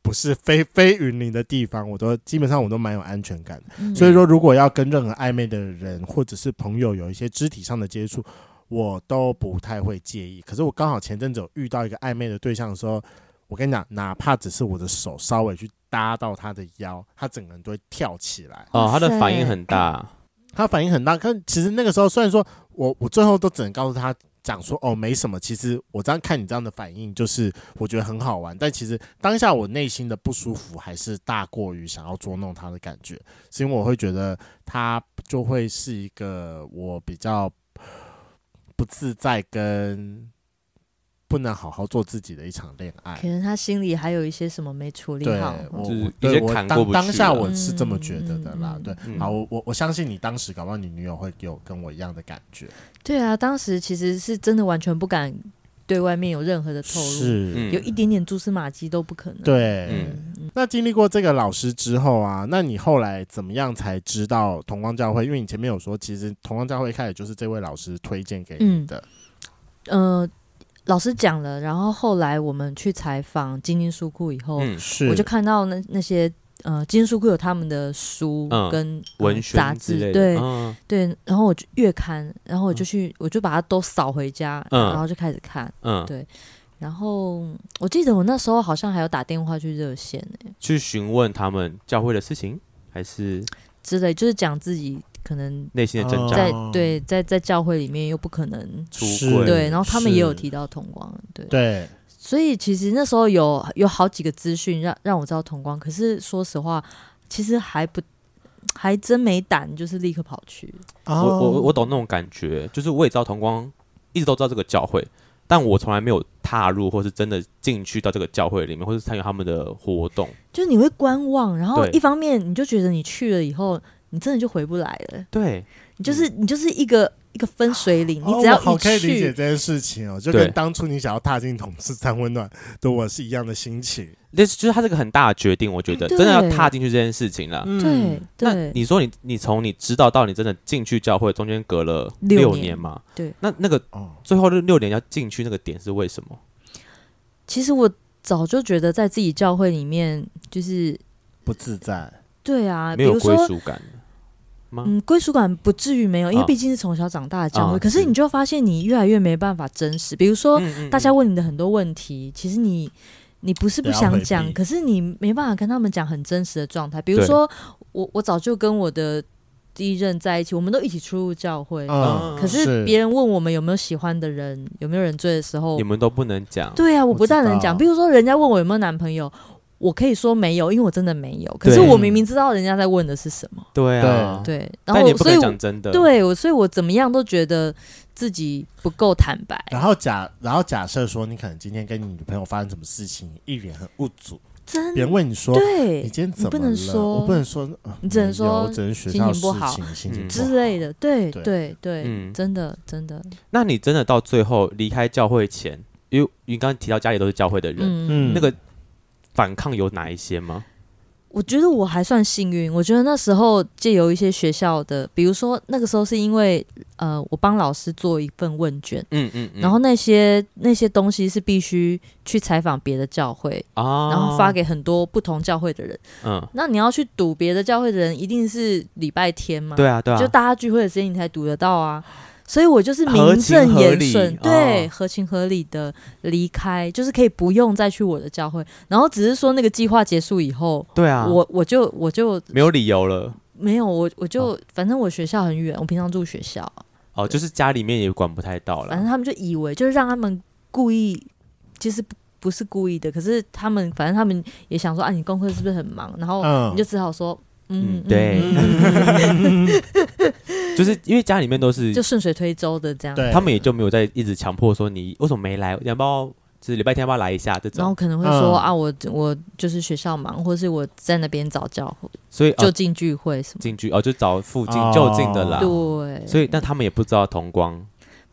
Speaker 2: 不是非非云林的地方，我都基本上我都蛮有安全感的。
Speaker 3: 嗯
Speaker 2: 所以说，如果要跟任何暧昧的人或者是朋友有一些肢体上的接触，我都不太会介意。可是我刚好前阵子有遇到一个暧昧的对象的时候，我跟你讲，哪怕只是我的手稍微去搭到他的腰，他整个人都会跳起来，
Speaker 1: 哦，他
Speaker 3: 哇塞
Speaker 1: 的反应很大。
Speaker 2: 他反应很大。但其实那个时候，虽然说我我最后都只能告诉他。讲说哦没什么，其实我这样看你这样的反应，就是我觉得很好玩，但其实当下我内心的不舒服还是大过于想要捉弄他的感觉。是因为我会觉得他就会是一个我比较不自在跟不能好好做自己的一场恋爱
Speaker 3: 可。能他心里还有一些什么没处理
Speaker 2: 对
Speaker 3: 好。
Speaker 2: 我
Speaker 1: 就是
Speaker 2: 我
Speaker 1: 有些
Speaker 2: 对我
Speaker 1: 坎过
Speaker 2: 当
Speaker 1: 不
Speaker 2: 当
Speaker 1: 去
Speaker 2: 下
Speaker 1: 啊
Speaker 2: 我是这么觉得的啦
Speaker 3: 嗯嗯。嗯
Speaker 2: 对，
Speaker 1: 嗯
Speaker 2: 好，我我我相信你当时搞不好你女友会有跟我一样的感觉，
Speaker 3: 对啊，当时其实是真的完全不敢对外面有任何的透露，
Speaker 1: 嗯
Speaker 2: 是，
Speaker 3: 有一点点蛛丝马迹都不可能。，
Speaker 2: 对，
Speaker 1: 嗯
Speaker 2: 那经历过这个老师之后啊，那你后来怎么样才知道同光教会？因为你前面有说，其实同光教会一开始就是这位老师推荐给你
Speaker 3: 嗯
Speaker 2: 的，
Speaker 3: 呃，老师讲了，然后后来我们去采访金金书库以后，
Speaker 1: 嗯，
Speaker 2: 是，
Speaker 3: 我就看到那那些呃金金书库有他们的书
Speaker 1: 嗯
Speaker 3: 跟、呃
Speaker 1: 文
Speaker 3: 杂
Speaker 1: 学之
Speaker 3: 志，
Speaker 1: 类的。
Speaker 3: 对，
Speaker 1: 嗯
Speaker 3: 对，然后我就月刊，然后我就
Speaker 1: 嗯
Speaker 3: 去，我就把它都扫回家，
Speaker 1: 嗯
Speaker 3: 然后就开始看。
Speaker 1: 嗯，
Speaker 3: 对然后我记得我那时候好像还有打电话去热线、欸、
Speaker 1: 去询问他们教会的事情，还是
Speaker 3: 之类，就是讲自己可能
Speaker 1: 内心的挣
Speaker 2: 哦
Speaker 1: 扎。
Speaker 3: 在、对在在教会里面又不可能
Speaker 1: 出
Speaker 2: 是
Speaker 1: 柜
Speaker 3: 对，然后他们也有
Speaker 2: 是
Speaker 3: 提到同光，对，
Speaker 2: 对，
Speaker 3: 所以其实那时候有有好几个资讯让让我知道同光，可是说实话，其实还不还真没胆，就是立刻跑去。
Speaker 2: 我
Speaker 1: 我我我懂那种感觉，就是我也知道同光一直都知道这个教会，但我从来没有踏入或是真的进去到这个教会里面，或是参与他们的活动。
Speaker 3: 就是你会观望，然后
Speaker 1: 对
Speaker 3: 一方面你就觉得你去了以后，你真的就回不来了，
Speaker 1: 对，
Speaker 3: 你就是、
Speaker 1: 嗯
Speaker 3: 你就是一个一个分水岭，你
Speaker 2: 哦
Speaker 3: 只要
Speaker 2: 我好
Speaker 3: 一
Speaker 2: 可以理解
Speaker 3: 去
Speaker 2: 这，件事情哦，就
Speaker 1: 对
Speaker 2: 跟当初你想要踏进同事三温暖的我是一样的心情。
Speaker 1: 那是就是他这个很大的决定，我觉得
Speaker 3: 对
Speaker 1: 真的要踏进去这件事情了。
Speaker 3: 对
Speaker 1: 嗯那
Speaker 3: 对
Speaker 1: 你说你你从你知道到你真的进去教会，中间隔了
Speaker 3: 六
Speaker 1: 六
Speaker 3: 年
Speaker 1: 年嘛？
Speaker 3: 对。
Speaker 1: 那那个
Speaker 2: 哦，
Speaker 1: 最后六六年要进去那个点是为什么？
Speaker 3: 其实我早就觉得在自己教会里面，就是
Speaker 2: 不自在，
Speaker 3: 对啊，
Speaker 1: 没
Speaker 3: 比
Speaker 1: 有
Speaker 3: 如
Speaker 1: 归
Speaker 3: 说
Speaker 1: 属感。吗
Speaker 3: 嗯，归属感不至于没有，因为
Speaker 1: 啊
Speaker 3: 毕竟是从小长大的教会，
Speaker 1: 啊
Speaker 3: 可是
Speaker 1: 是
Speaker 3: 你就发现你越来越没办法真实，比如说、
Speaker 1: 嗯嗯
Speaker 3: 大
Speaker 1: 嗯
Speaker 3: 家问你的很多问题，其实你你不
Speaker 1: 啊
Speaker 3: 是不想
Speaker 2: 不要回
Speaker 3: 讲，
Speaker 2: 避
Speaker 3: 可是你没办法跟他们讲很真实的状态。比如
Speaker 1: 对
Speaker 3: 说，我我早就跟我的第一任在一起，我们都一起出入教会，
Speaker 1: 啊
Speaker 2: 嗯，
Speaker 3: 可是
Speaker 2: 是
Speaker 3: 别人问我们有没有喜欢的人，有没有人追的时候
Speaker 1: 你，们都不能讲。
Speaker 3: 对啊，我
Speaker 2: 我
Speaker 3: 不
Speaker 2: 知
Speaker 3: 但能讲，
Speaker 2: 道
Speaker 3: 比如说人家问我有没有男朋友。我可以说没有，因为我真的没有。可是
Speaker 1: 对
Speaker 3: 我明明知道人家在问的是什么，
Speaker 1: 对啊，
Speaker 3: 对。然
Speaker 1: 但
Speaker 3: 后
Speaker 1: 你
Speaker 3: 我
Speaker 1: 也不
Speaker 3: 所
Speaker 1: 可
Speaker 3: 以
Speaker 1: 以
Speaker 3: 我
Speaker 1: 讲真的。
Speaker 3: 对我，所以我怎么样都觉得自己不够坦白。
Speaker 2: 然后假，然后假设说你可能今天跟你女朋友发生什么事情，一脸很无助，
Speaker 3: 真
Speaker 2: 别人问你说
Speaker 3: 对
Speaker 2: 你今天怎
Speaker 3: 你
Speaker 2: 么
Speaker 3: 不能
Speaker 2: 了
Speaker 3: 说
Speaker 2: 我不能说，呃
Speaker 3: 你只能
Speaker 2: 没有
Speaker 3: 说
Speaker 2: 我只能学
Speaker 3: 心
Speaker 2: 校
Speaker 3: 情不
Speaker 2: 事
Speaker 3: 好
Speaker 2: 情心情
Speaker 1: 嗯
Speaker 2: 不
Speaker 3: 之
Speaker 2: 好
Speaker 3: 类的，对
Speaker 2: 对
Speaker 3: 对对，
Speaker 1: 嗯
Speaker 3: 真的真的，
Speaker 1: 那你真的到最后离开教会前，因为你刚刚提到家里都是教会的人，
Speaker 3: 嗯，
Speaker 2: 嗯
Speaker 1: 那个反抗有哪一些吗？
Speaker 3: 我觉得我还算幸运，我觉得那时候借由一些学校的，比如说那个时候是因为呃，我帮老师做一份问卷，
Speaker 1: 嗯嗯嗯，
Speaker 3: 然后那些那些东西是必须去采访别的教会，
Speaker 1: 啊，
Speaker 3: 然后发给很多不同教会的人。
Speaker 1: 嗯，
Speaker 3: 那你要去读别的教会的人，一定是礼拜天嘛？
Speaker 1: 对啊对啊，
Speaker 3: 就大家聚会的时间你才读得到啊。所以我就是
Speaker 1: 合
Speaker 3: 名
Speaker 1: 情
Speaker 3: 正
Speaker 1: 合
Speaker 3: 言
Speaker 1: 理
Speaker 3: 顺，
Speaker 1: 哦
Speaker 3: 对，合情合理的离开，就是可以不用再去我的教会。然后只是说那个计划结束以后，
Speaker 1: 对啊，
Speaker 3: 我我就我就
Speaker 1: 没有理由了。
Speaker 3: 没有我我就、反正我学校很远，我平常住学校，
Speaker 1: 哦，就是家里面也管不太到
Speaker 3: 反
Speaker 1: 了。
Speaker 3: 正他们就以为就是让他们故意，其实不不是故意的，可是他们反正他们也想说啊，你功课是不是很忙？然后
Speaker 2: 嗯
Speaker 3: 你就只好说嗯
Speaker 1: 嗯，对
Speaker 3: 嗯嗯嗯
Speaker 1: 就是因为家里面都是
Speaker 3: 嗯就，顺水推舟的这样。
Speaker 2: 对，
Speaker 1: 他们也就没有在一直强迫说你为什么没来，要不要就是礼拜天要不要来一下这
Speaker 3: 然后
Speaker 1: 种。
Speaker 3: 可能会说、
Speaker 2: 嗯
Speaker 3: 啊，我我就是学校忙，或是我在那边早教会
Speaker 1: 所以
Speaker 3: 就
Speaker 1: 哦，
Speaker 3: 近聚会什么。
Speaker 1: 进去哦，就找附近
Speaker 2: 哦
Speaker 1: 就近的啦。
Speaker 3: 对，
Speaker 1: 所以但他们也不知道同光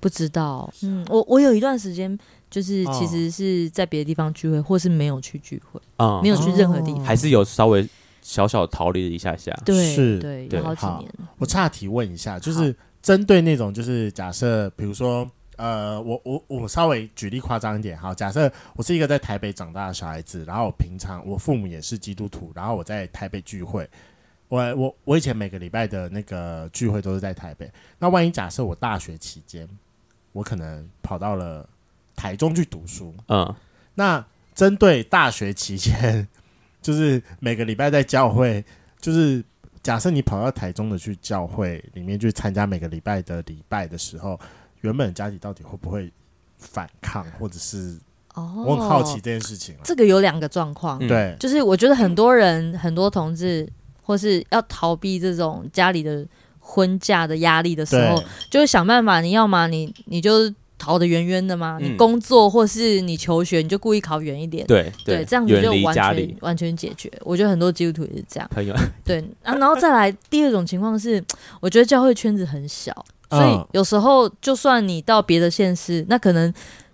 Speaker 3: 不知道。嗯，我我有一段时间就是
Speaker 2: 哦
Speaker 3: 其实是在别的地方聚会，或是没有去聚会，
Speaker 1: 啊，
Speaker 3: 没有去任何地
Speaker 2: 哦
Speaker 3: 方。
Speaker 1: 还是有稍微小小逃离了一下下。
Speaker 3: 对
Speaker 2: 是
Speaker 3: 对，
Speaker 1: 对
Speaker 3: 有好几
Speaker 2: 好
Speaker 3: 年。
Speaker 2: 我岔题问一下，就是针对那种，就是假设，比如说，呃，我我我稍微举例夸张一点，好，假设我是一个在台北长大的小孩子，然后我平常我父母也是基督徒，然后我在台北聚会，我我我以前每个礼拜的那个聚会都是在台北，那万一假设我大学期间，我可能跑到了台中去读书，
Speaker 1: 嗯，
Speaker 2: 那针对大学期间， 就是每个礼拜在教会，就是假设你跑到台中的去教会里面去参加每个礼拜的礼拜的时候，原本家里到底会不会反抗，或者是
Speaker 3: 哦，
Speaker 2: 我很好奇这件事情啊？
Speaker 3: 这个有两个状况，
Speaker 1: 嗯
Speaker 2: 对，
Speaker 3: 就是我觉得很多人、很多同志，或是要逃避这种家里的婚嫁的压力的时
Speaker 2: 对
Speaker 3: 候，，就会想办法。你要嘛，你你就逃得远远的嘛，
Speaker 1: 嗯
Speaker 3: 你工作或是你求学，你就故意考远一点。
Speaker 1: 对
Speaker 3: 对，这样子
Speaker 1: 远
Speaker 3: 就
Speaker 1: 离
Speaker 3: 完
Speaker 1: 家
Speaker 3: 全
Speaker 1: 里
Speaker 3: 完全解决。我觉得很多基督徒也是这样。
Speaker 1: 朋友，
Speaker 3: 对啊，然后再来第二种情况是，我觉得教会圈子很小，所以有时候就算你到别的县市，那可能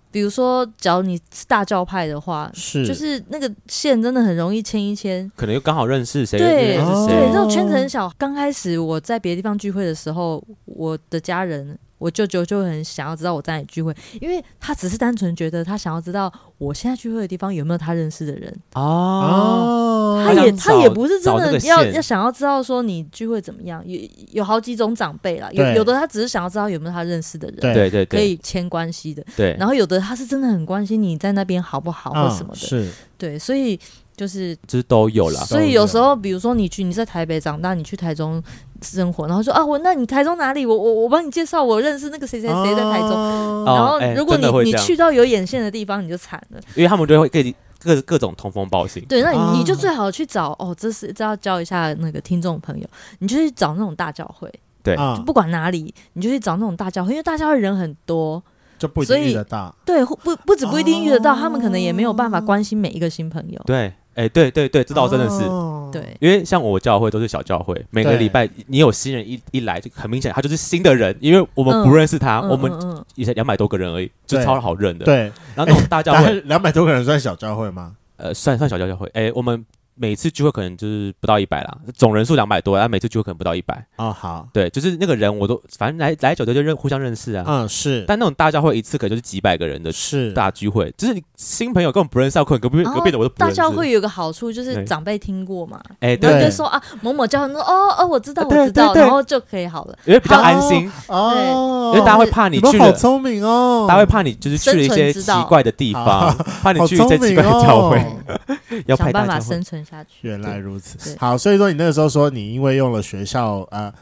Speaker 3: 比如说，假如你是大教派的话，
Speaker 2: 是
Speaker 3: 就是那个线真的很容易牵一牵。
Speaker 1: 可能又刚好认识谁，
Speaker 3: 对
Speaker 1: 认识
Speaker 2: 哦
Speaker 3: 对，
Speaker 1: 谁
Speaker 3: 这，种圈子很小。刚开始我在别的地方聚会的时候，我的家人。我舅舅就很想要知道我在哪里聚会，因为他只是单纯觉得他想要知道我现在聚会的地方有没有他认识的人，
Speaker 1: 哦，
Speaker 2: 哦
Speaker 3: 他也
Speaker 1: 想
Speaker 3: 他
Speaker 1: 找
Speaker 3: 也不是真
Speaker 1: 找那
Speaker 3: 的
Speaker 1: 个
Speaker 3: 要
Speaker 1: 线
Speaker 3: 要想要知道说你聚会怎么样，有有好几种长辈啦，有
Speaker 2: 对
Speaker 3: 有的他只是想要知道有没有他认识的人，
Speaker 2: 对
Speaker 1: 对对
Speaker 3: 可
Speaker 1: 对
Speaker 3: 以牵关系的，
Speaker 1: 对
Speaker 3: 然，后有的他是真的很关心你在那边好不好或
Speaker 2: 嗯
Speaker 3: 什么的，
Speaker 2: 是
Speaker 3: 对，所以就是
Speaker 1: 这都有啦。
Speaker 3: 所以有时候比如说你去你在台北长大，你去台中生活，然后说啊我那你台中哪里，我我我帮你介绍，我认识那个谁谁谁在台中。
Speaker 2: 中
Speaker 1: 哦
Speaker 3: 嗯然后
Speaker 1: 哎，
Speaker 3: 如果
Speaker 1: 真
Speaker 3: 你、
Speaker 1: 的会
Speaker 3: 你
Speaker 1: 这样
Speaker 3: 去到有眼线的地方，你就惨了。
Speaker 1: 因为他们就会各各各种通风报信。
Speaker 3: 对，那你、
Speaker 2: 啊
Speaker 3: 你就最好去找哦，这是这要教一下那个听众朋友，你就去找那种大教会，
Speaker 1: 对
Speaker 2: 啊
Speaker 3: 就，不管哪里，你就去找那种大教会，因为大教会人很多，
Speaker 2: 就不一定遇得到。
Speaker 3: 对，或不不止不一定遇得到，他们可能也没有办法
Speaker 1: 哦
Speaker 3: 关心每一个新朋友，
Speaker 1: 对，哎，对对对，这倒真的是。
Speaker 2: 哦
Speaker 3: 对。
Speaker 1: 因为像我教会都是小教会，每个
Speaker 2: 对
Speaker 1: 礼拜你有新人一一来，就很明显他就是新的人，因为我们
Speaker 3: 嗯
Speaker 1: 不认识他，
Speaker 3: 嗯
Speaker 1: 啊我们
Speaker 3: 嗯嗯
Speaker 1: 也才两百多个人而已，就
Speaker 2: 对
Speaker 1: 超好认的。
Speaker 2: 对，
Speaker 1: 然后那种大教
Speaker 2: 哎大概
Speaker 1: 会，
Speaker 2: 两百多个人算小教会吗？
Speaker 1: 呃，算算小教会，哎，我们每次聚会可能就是不到一百啦，总人数两百多，但每次聚会可能不到一百。
Speaker 2: 哦，好，
Speaker 1: 对，就是那个人我都反正来来久就就认互相认识啊。
Speaker 2: 嗯，是，
Speaker 1: 但那种大教会一次可能就是几百个人的
Speaker 2: 是
Speaker 1: 大聚会，就是你新朋友根本不认识啊，可能隔壁
Speaker 3: 然后
Speaker 1: 隔壁的我都不
Speaker 3: 哦大
Speaker 1: 认识。
Speaker 3: 教会有个好处就
Speaker 1: 对
Speaker 3: 是长辈听过嘛，
Speaker 1: 哎，
Speaker 3: 然后
Speaker 1: 对
Speaker 3: 就，说啊某某教会，说哦哦我知道
Speaker 1: 啊对
Speaker 3: 我知道，
Speaker 1: 对对
Speaker 3: 然后就可以好了。
Speaker 1: 因为比较安心，
Speaker 2: 哦，
Speaker 1: 因为大家会怕
Speaker 2: 你
Speaker 1: 你去
Speaker 2: 们好
Speaker 1: 了，
Speaker 2: 聪明哦，
Speaker 1: 大家会怕你就是去了一些
Speaker 3: 生存之
Speaker 1: 奇
Speaker 3: 道
Speaker 1: 怪的地方
Speaker 2: 好，
Speaker 1: 怕你
Speaker 2: 好
Speaker 1: 去一些
Speaker 2: 聪
Speaker 1: 奇
Speaker 2: 明
Speaker 1: 怪的教
Speaker 2: 哦
Speaker 1: 会，
Speaker 3: 对
Speaker 1: 要
Speaker 3: 想
Speaker 1: 派
Speaker 3: 办
Speaker 1: 大
Speaker 3: 法
Speaker 1: 教会。
Speaker 3: 生存下去。
Speaker 2: 原来如此
Speaker 3: 对，
Speaker 2: 好，所以说你那个时候说你因为用了学校呃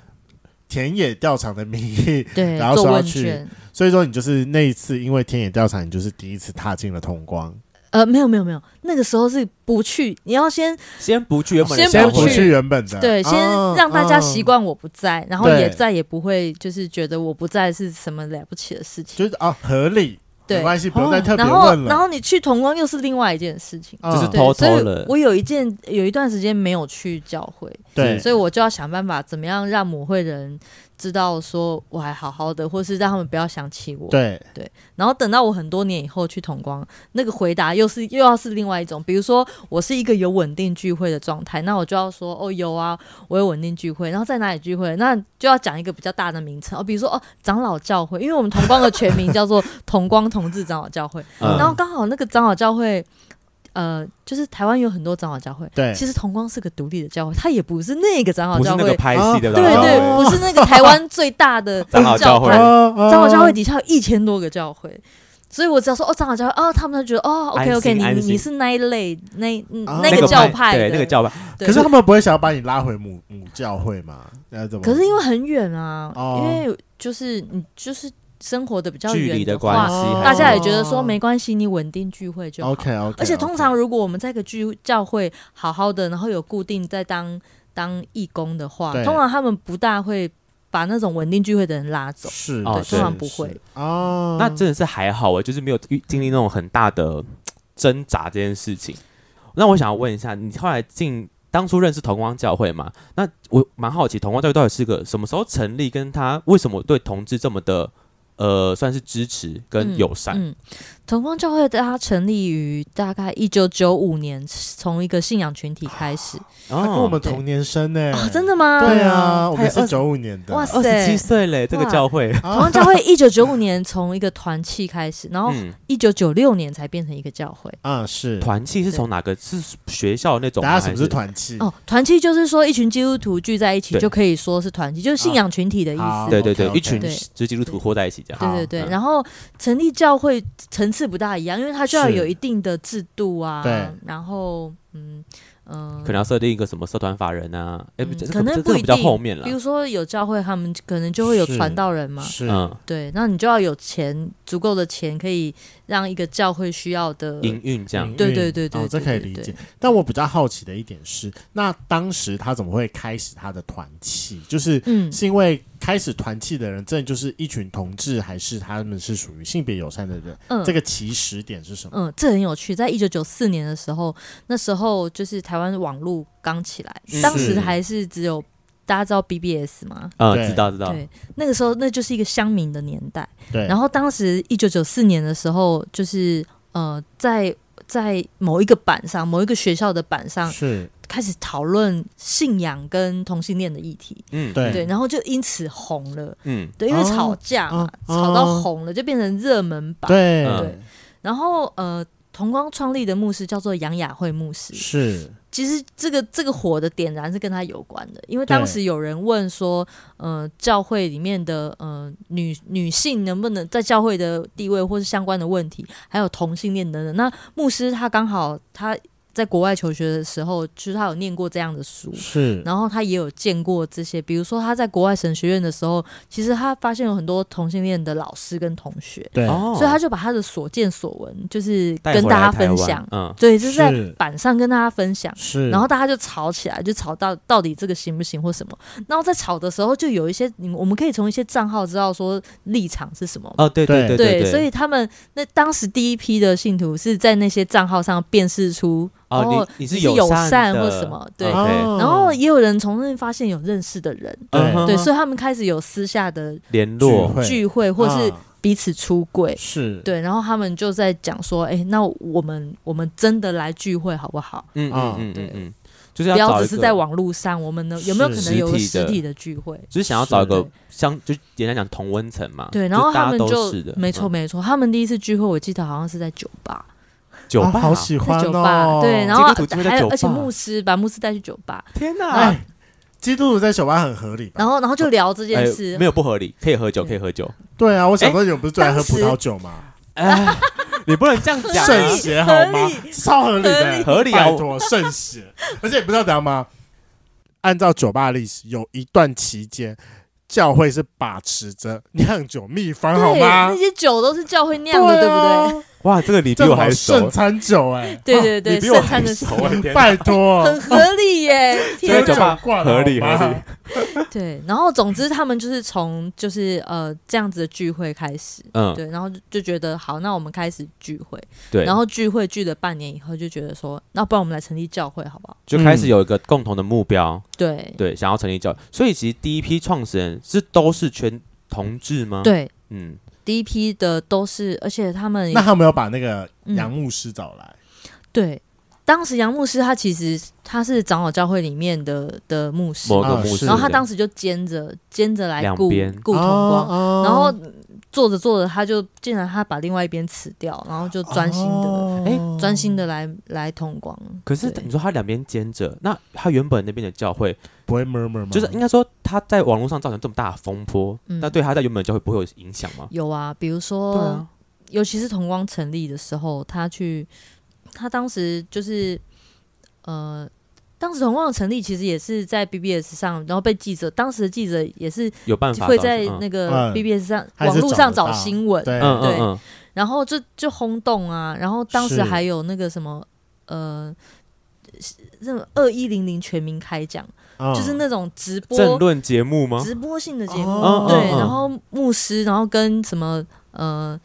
Speaker 2: 田野调查的名义，
Speaker 3: 对
Speaker 2: 然，后
Speaker 3: 做
Speaker 2: 说要
Speaker 3: 问
Speaker 2: 去
Speaker 3: 卷。
Speaker 2: 所以说你就是那一次因为田野调查，你就是第一次踏进了同光，
Speaker 3: 呃，没有没有没有，那个时候是不去，你要先
Speaker 1: 先不去原本的
Speaker 3: 先
Speaker 2: 先
Speaker 1: 教
Speaker 3: 不
Speaker 2: 不
Speaker 1: 会，
Speaker 2: 去原本
Speaker 1: 嗯
Speaker 2: 的，
Speaker 3: 对，先
Speaker 2: 哦
Speaker 3: 让大家习。
Speaker 2: 哦
Speaker 3: 惯我不在，然后
Speaker 2: 对
Speaker 3: 也再也不会就是觉得我不在是什么了不起的事情。
Speaker 2: 就是啊，合理，
Speaker 3: 对
Speaker 2: 没关系，不用再特别
Speaker 3: 然后
Speaker 2: 问，
Speaker 3: 然
Speaker 2: 了。
Speaker 3: 后你去同光又是另外一件事情。
Speaker 2: 嗯
Speaker 1: 就是
Speaker 3: 对
Speaker 1: 偷，
Speaker 3: 所
Speaker 1: 偷
Speaker 3: 以
Speaker 1: 了
Speaker 3: 我有一件有一段时间没有去教会，
Speaker 2: 对
Speaker 3: 所以我就要想办法怎么样让母会人知道说我还好好的，或是让他们不要想起我。
Speaker 2: 对，
Speaker 3: 然后等到我很多年以后去同光，那个回答又是又要是另外一种。比如说，我是一个有稳定聚会的状态，那我就要说哦有啊，我有稳定聚会。然后在哪里聚会，那就要讲一个比较大的名称哦，比如说哦长老教会，因为我们同光的全名叫做同光同志长老教会。
Speaker 1: 嗯
Speaker 3: 然后刚好那个长老教会，呃，就是台湾有很多长老教会，
Speaker 2: 对
Speaker 3: 其实同光是个独立的教会，它也不是那个长老
Speaker 1: 不哦是
Speaker 3: 教
Speaker 1: 那
Speaker 3: 会，
Speaker 1: 个拍戏的啦，
Speaker 2: 啊
Speaker 3: 哦对
Speaker 1: 然后
Speaker 3: 对，不是那个台湾最大的
Speaker 1: 长老教会
Speaker 3: 会。
Speaker 2: 哦
Speaker 3: 长老教会底下有一千多个教会，所以我只要说哦，长老教会哦，他们就觉得哦
Speaker 1: 安
Speaker 3: ，OK
Speaker 1: 心
Speaker 3: OK，你
Speaker 1: 安
Speaker 3: 你
Speaker 1: 心哦
Speaker 3: 你是那一类那嗯
Speaker 2: 啊
Speaker 3: 那
Speaker 1: 那
Speaker 3: 个
Speaker 1: 个
Speaker 3: 教
Speaker 1: 派，
Speaker 3: 派
Speaker 1: 对
Speaker 3: 的
Speaker 1: 那个，教派，
Speaker 3: 对
Speaker 2: 可是他们不会想要把你拉回母母教会嘛？那怎么？
Speaker 3: 可是因为很远啊，
Speaker 2: 哦
Speaker 3: 因为就是你就是生活的比较
Speaker 1: 距
Speaker 3: 远
Speaker 1: 离的关
Speaker 3: 话，
Speaker 1: 系
Speaker 2: 哦
Speaker 1: 还是，
Speaker 3: 大家也觉得说没关系，你稳定聚会就好。
Speaker 2: OK OK，
Speaker 3: 而且通常如果我们在一个聚教会好好的，然后有固定在当当义工的话，
Speaker 2: 对
Speaker 3: 通常他们不大会把那种稳定聚会的人拉走。
Speaker 2: 是
Speaker 1: 哦
Speaker 2: 对
Speaker 1: 通
Speaker 3: 常不会
Speaker 2: 是哦，
Speaker 1: 那真的是还好哎、就是没有遇经历那种很大的挣扎这件事情。那我想要问一下，你后来进当初认识同光教会嘛？那我蛮好奇，同光教会到底是个什么时候成立，跟他为什么对同志这么的呃，算是支持跟友善？
Speaker 3: 嗯，同光教会它成立于大概一九九五年，从一个信仰群体开始。
Speaker 2: 他跟我们
Speaker 3: 啊对
Speaker 2: 同年生呢
Speaker 3: 哦，真的吗？
Speaker 2: 对啊，我
Speaker 1: 他
Speaker 2: 们
Speaker 1: 有
Speaker 2: 是
Speaker 1: 二
Speaker 2: 九五年的，
Speaker 3: 哇
Speaker 1: 二十七岁嘞，这个
Speaker 3: 哇
Speaker 1: 教会，
Speaker 3: 同光教会一九九五年从一个团契开始，然后
Speaker 1: 嗯，
Speaker 3: 一九九六年才变成一个教会。
Speaker 2: 啊是。
Speaker 1: 团契是从哪个？是学校那种吗？
Speaker 2: 大家什么
Speaker 1: 还
Speaker 2: 是团契？
Speaker 3: 哦，团契就是说一群基督徒聚在一起，
Speaker 1: 对
Speaker 3: 就可以说是团契，就是信仰群体的意
Speaker 2: 啊好
Speaker 3: 思。
Speaker 1: 对对对，
Speaker 2: OK，OK
Speaker 1: 一群
Speaker 3: 对
Speaker 1: 就是基督徒活在一起这样。
Speaker 3: 对对
Speaker 1: 嗯
Speaker 3: 对，然后成立教会层次不大一样，因为它就要
Speaker 2: 是
Speaker 3: 有一定的制度啊
Speaker 2: 对，
Speaker 3: 然后嗯嗯，
Speaker 1: 可能要设定一个什么社团法人啊？哎、不
Speaker 3: 嗯
Speaker 1: 这
Speaker 3: 可能
Speaker 1: 这
Speaker 3: 不
Speaker 1: 这
Speaker 3: 一
Speaker 1: 比较
Speaker 3: 定
Speaker 1: 后面了
Speaker 3: 比。如说有教会，他们可能就会有
Speaker 2: 是
Speaker 3: 传道人嘛，
Speaker 2: 是
Speaker 1: 嗯，
Speaker 3: 对，那你就要有钱，足够的钱可以让一个教会需要的。
Speaker 1: 营运这样。
Speaker 3: 对对
Speaker 2: 嗯
Speaker 3: 对对
Speaker 2: 哦这
Speaker 3: 对
Speaker 2: 可以
Speaker 3: 对
Speaker 2: 理
Speaker 3: 对
Speaker 2: 解。但我比较好奇的一点是，那当时他怎么会开始他的团契？就是
Speaker 3: 嗯，
Speaker 2: 是因为开始团契的人，真的就是一群同志，还是他们是属于性别友善的人？
Speaker 3: 嗯
Speaker 2: 这个起始点是什么？
Speaker 3: 嗯，这很有趣。在一九九四年的时候，那时候就是台湾网络刚起来，当时
Speaker 1: 是
Speaker 3: 还是只有大家知道 BBS 嘛，
Speaker 1: 嗯，
Speaker 2: 对
Speaker 1: 知道知道。
Speaker 3: 对，那个时候那就是一个乡民的年代。
Speaker 2: 对，
Speaker 3: 嗯然后当时一九九四年的时候，就是呃，在在某一个版上，某一个学校的版上，
Speaker 2: 是
Speaker 3: 开始讨论信仰跟同性恋的议题，
Speaker 1: 嗯，
Speaker 2: 对
Speaker 3: 对，然后就因此红了，
Speaker 1: 嗯，
Speaker 3: 对，因为
Speaker 2: 哦
Speaker 3: 吵架嘛，
Speaker 2: 哦
Speaker 3: 吵到红了，就变成热门版。
Speaker 2: 对
Speaker 1: 嗯
Speaker 3: 对然后呃，同光创立的牧师叫做杨雅慧牧师，
Speaker 2: 是
Speaker 3: 其实这个这个火的点燃是跟他有关的，因为当
Speaker 2: 对
Speaker 3: 时有人问说，呃，教会里面的呃女女性能不能在教会的地位或是相关的问题，还有同性恋等等。那牧师他刚好他在国外求学的时候，就是他有念过这样的书，
Speaker 2: 是
Speaker 3: 然后他也有见过这些，比如说他在国外神学院的时候，其实他发现有很多同性恋的老师跟同学，
Speaker 2: 对
Speaker 1: 哦，
Speaker 3: 所以他就把他的所见所闻，就是
Speaker 1: 带
Speaker 3: 跟
Speaker 1: 回
Speaker 3: 大
Speaker 1: 来
Speaker 3: 家
Speaker 1: 台
Speaker 3: 分
Speaker 1: 湾
Speaker 3: 享。
Speaker 1: 嗯，
Speaker 3: 对，就是在
Speaker 2: 是
Speaker 3: 板上跟大家分享，
Speaker 2: 是，
Speaker 3: 然后大家就吵起来，就吵到到底这个行不行或什么。然后在吵的时候，就有一些你我们可以从一些账号知道说立场是什么。
Speaker 1: 哦，对对
Speaker 2: 对
Speaker 1: 对
Speaker 3: 所以他们那当时第一批的信徒是在那些账号上辨识出
Speaker 1: 哦，你你
Speaker 3: 是
Speaker 1: 是
Speaker 3: 友
Speaker 1: 善
Speaker 3: 善
Speaker 1: 的
Speaker 3: 或什么对
Speaker 1: ，OK，
Speaker 2: 哦
Speaker 3: 然后也有人从那里发现有认识的人，
Speaker 2: 对
Speaker 1: 嗯哼
Speaker 3: 对，所以他们开始有私下的
Speaker 1: 联
Speaker 2: 聚
Speaker 1: 络，
Speaker 2: 会
Speaker 3: 聚会，或是
Speaker 2: 啊
Speaker 3: 彼此出柜。
Speaker 2: 是
Speaker 3: 对，然后他们就在讲说，哎，那我们我们真的来聚会好不好？
Speaker 1: 嗯嗯
Speaker 2: 啊
Speaker 1: 嗯
Speaker 3: 哦对
Speaker 1: 嗯嗯，就是找
Speaker 3: 不要
Speaker 1: 一
Speaker 3: 只
Speaker 1: 个
Speaker 3: 是在，网络上，我们呢有没有可能有个
Speaker 1: 是实
Speaker 3: 实
Speaker 1: 体的
Speaker 3: 体的聚会？
Speaker 1: 就是想要找一个
Speaker 3: 是
Speaker 1: 相，就简单讲同温层嘛，
Speaker 3: 对，然后
Speaker 1: 大家
Speaker 3: 他们
Speaker 1: 都
Speaker 3: 就是
Speaker 1: 的
Speaker 3: 没错
Speaker 1: 嗯
Speaker 3: 没错，他们第一次聚会，我记得好像是在酒吧，
Speaker 1: 酒
Speaker 2: 啊
Speaker 1: 吧
Speaker 2: 好喜
Speaker 3: 在
Speaker 2: 欢
Speaker 3: 酒吧
Speaker 2: 哦，
Speaker 3: 对，然后
Speaker 1: 基督徒聚会在
Speaker 3: 还有
Speaker 1: 酒吧
Speaker 3: 而且牧师把牧师带去酒吧，
Speaker 1: 天哪，
Speaker 2: 哎，基督徒在酒吧很合理吧？
Speaker 3: 然后然后就聊这件
Speaker 1: 哎
Speaker 3: 事嗯
Speaker 1: 没，有不合理，可以喝酒，
Speaker 3: 对
Speaker 1: 可以喝 酒，
Speaker 2: 对啊，我想说你们不是最爱喝
Speaker 3: 哎当时
Speaker 2: 葡萄酒吗？
Speaker 1: 哎，你不能这样讲
Speaker 2: 圣
Speaker 1: 啊，
Speaker 2: 血好吗
Speaker 3: 合？
Speaker 2: 超合理的，
Speaker 1: 合理合理啊
Speaker 2: 拜托圣血。而且你不知道怎样吗？按照酒吧历史，有一段期间，教会是把持着酿酒秘方，好
Speaker 3: 对，
Speaker 2: 吗
Speaker 3: 那？些酒都是教会酿
Speaker 2: 啊
Speaker 3: 的，对不对？？
Speaker 1: 哇，这个你比
Speaker 2: 这
Speaker 1: 我
Speaker 2: 好
Speaker 1: 还
Speaker 2: 圣
Speaker 1: 熟，啊
Speaker 2: 餐酒哎，
Speaker 3: 对对对，
Speaker 1: 你比我
Speaker 3: 圣
Speaker 1: 还
Speaker 3: 餐的时
Speaker 1: 熟
Speaker 3: 候
Speaker 1: 哎，天哪
Speaker 2: 拜托，
Speaker 3: 很合理耶，
Speaker 1: 所以
Speaker 3: 天
Speaker 1: 酒
Speaker 3: 哪！
Speaker 1: 吧
Speaker 2: 天哪
Speaker 1: 合理
Speaker 2: 好吧
Speaker 1: 合理。
Speaker 3: 对，然后总之他们就是从就是呃这样子的聚会开始，
Speaker 1: 嗯，
Speaker 3: 对，然后就就觉得好，那我们开始聚会，
Speaker 1: 对，
Speaker 3: 然后聚会聚了半年以后，就觉得说，那不然我们来成立教会好不好？
Speaker 1: 就开始有一个共同的目标，
Speaker 3: 对
Speaker 1: 对，想要成立教，所以其实第一批创始人是都是全同志吗？，
Speaker 3: 对，
Speaker 1: 嗯，
Speaker 3: 第一批的都是，而且他们也
Speaker 2: 那他们有把那个
Speaker 3: 嗯
Speaker 2: 杨牧师找来，
Speaker 3: 对。当时杨牧师他其实他是长老教会里面的的牧师，
Speaker 1: 某个
Speaker 2: 啊
Speaker 1: 牧师，
Speaker 2: 是
Speaker 3: 然后他当时就兼着兼着来
Speaker 1: 两
Speaker 3: 顾
Speaker 1: 边
Speaker 3: 顾同光，
Speaker 2: 哦
Speaker 3: 然后做着做着他就竟然他把另外一边辞掉，然后就专心的
Speaker 2: 哎
Speaker 3: 专心的来来同光。
Speaker 1: 可是
Speaker 3: 对
Speaker 1: 你说他两边兼着，那他原本那边的教会，
Speaker 2: 不会 murmur 吗？
Speaker 1: 就是应该说他在网络上造成这么大的风波，
Speaker 3: 嗯
Speaker 1: 那对他在原本的教会不会有影响吗？
Speaker 3: 有啊，比如
Speaker 1: 对
Speaker 3: 说，
Speaker 1: 啊，
Speaker 3: 尤其是同光成立的时候，他去，他当时就是，呃，当时同光的成立其实也是在 BBS 上，然后被记者，当时的记者也是
Speaker 1: 有办法
Speaker 3: 会
Speaker 1: 造成
Speaker 3: 在
Speaker 1: 嗯
Speaker 3: 那个
Speaker 2: 嗯
Speaker 3: BBS 上、
Speaker 2: 还是
Speaker 3: 网络上
Speaker 2: 找得到
Speaker 3: 找新闻，
Speaker 2: 对，
Speaker 1: 嗯
Speaker 3: 对
Speaker 1: 嗯嗯，
Speaker 3: 然后就就轰动啊，然后当时
Speaker 2: 是
Speaker 3: 还有那个什么，呃。那种二一零零全民开讲，
Speaker 2: 嗯
Speaker 3: 就是 那种直播
Speaker 1: 政论节目吗？
Speaker 3: 直播性的节目，
Speaker 2: 哦
Speaker 1: 嗯
Speaker 3: 对，
Speaker 1: 嗯
Speaker 3: 然后牧师，然后跟什么呃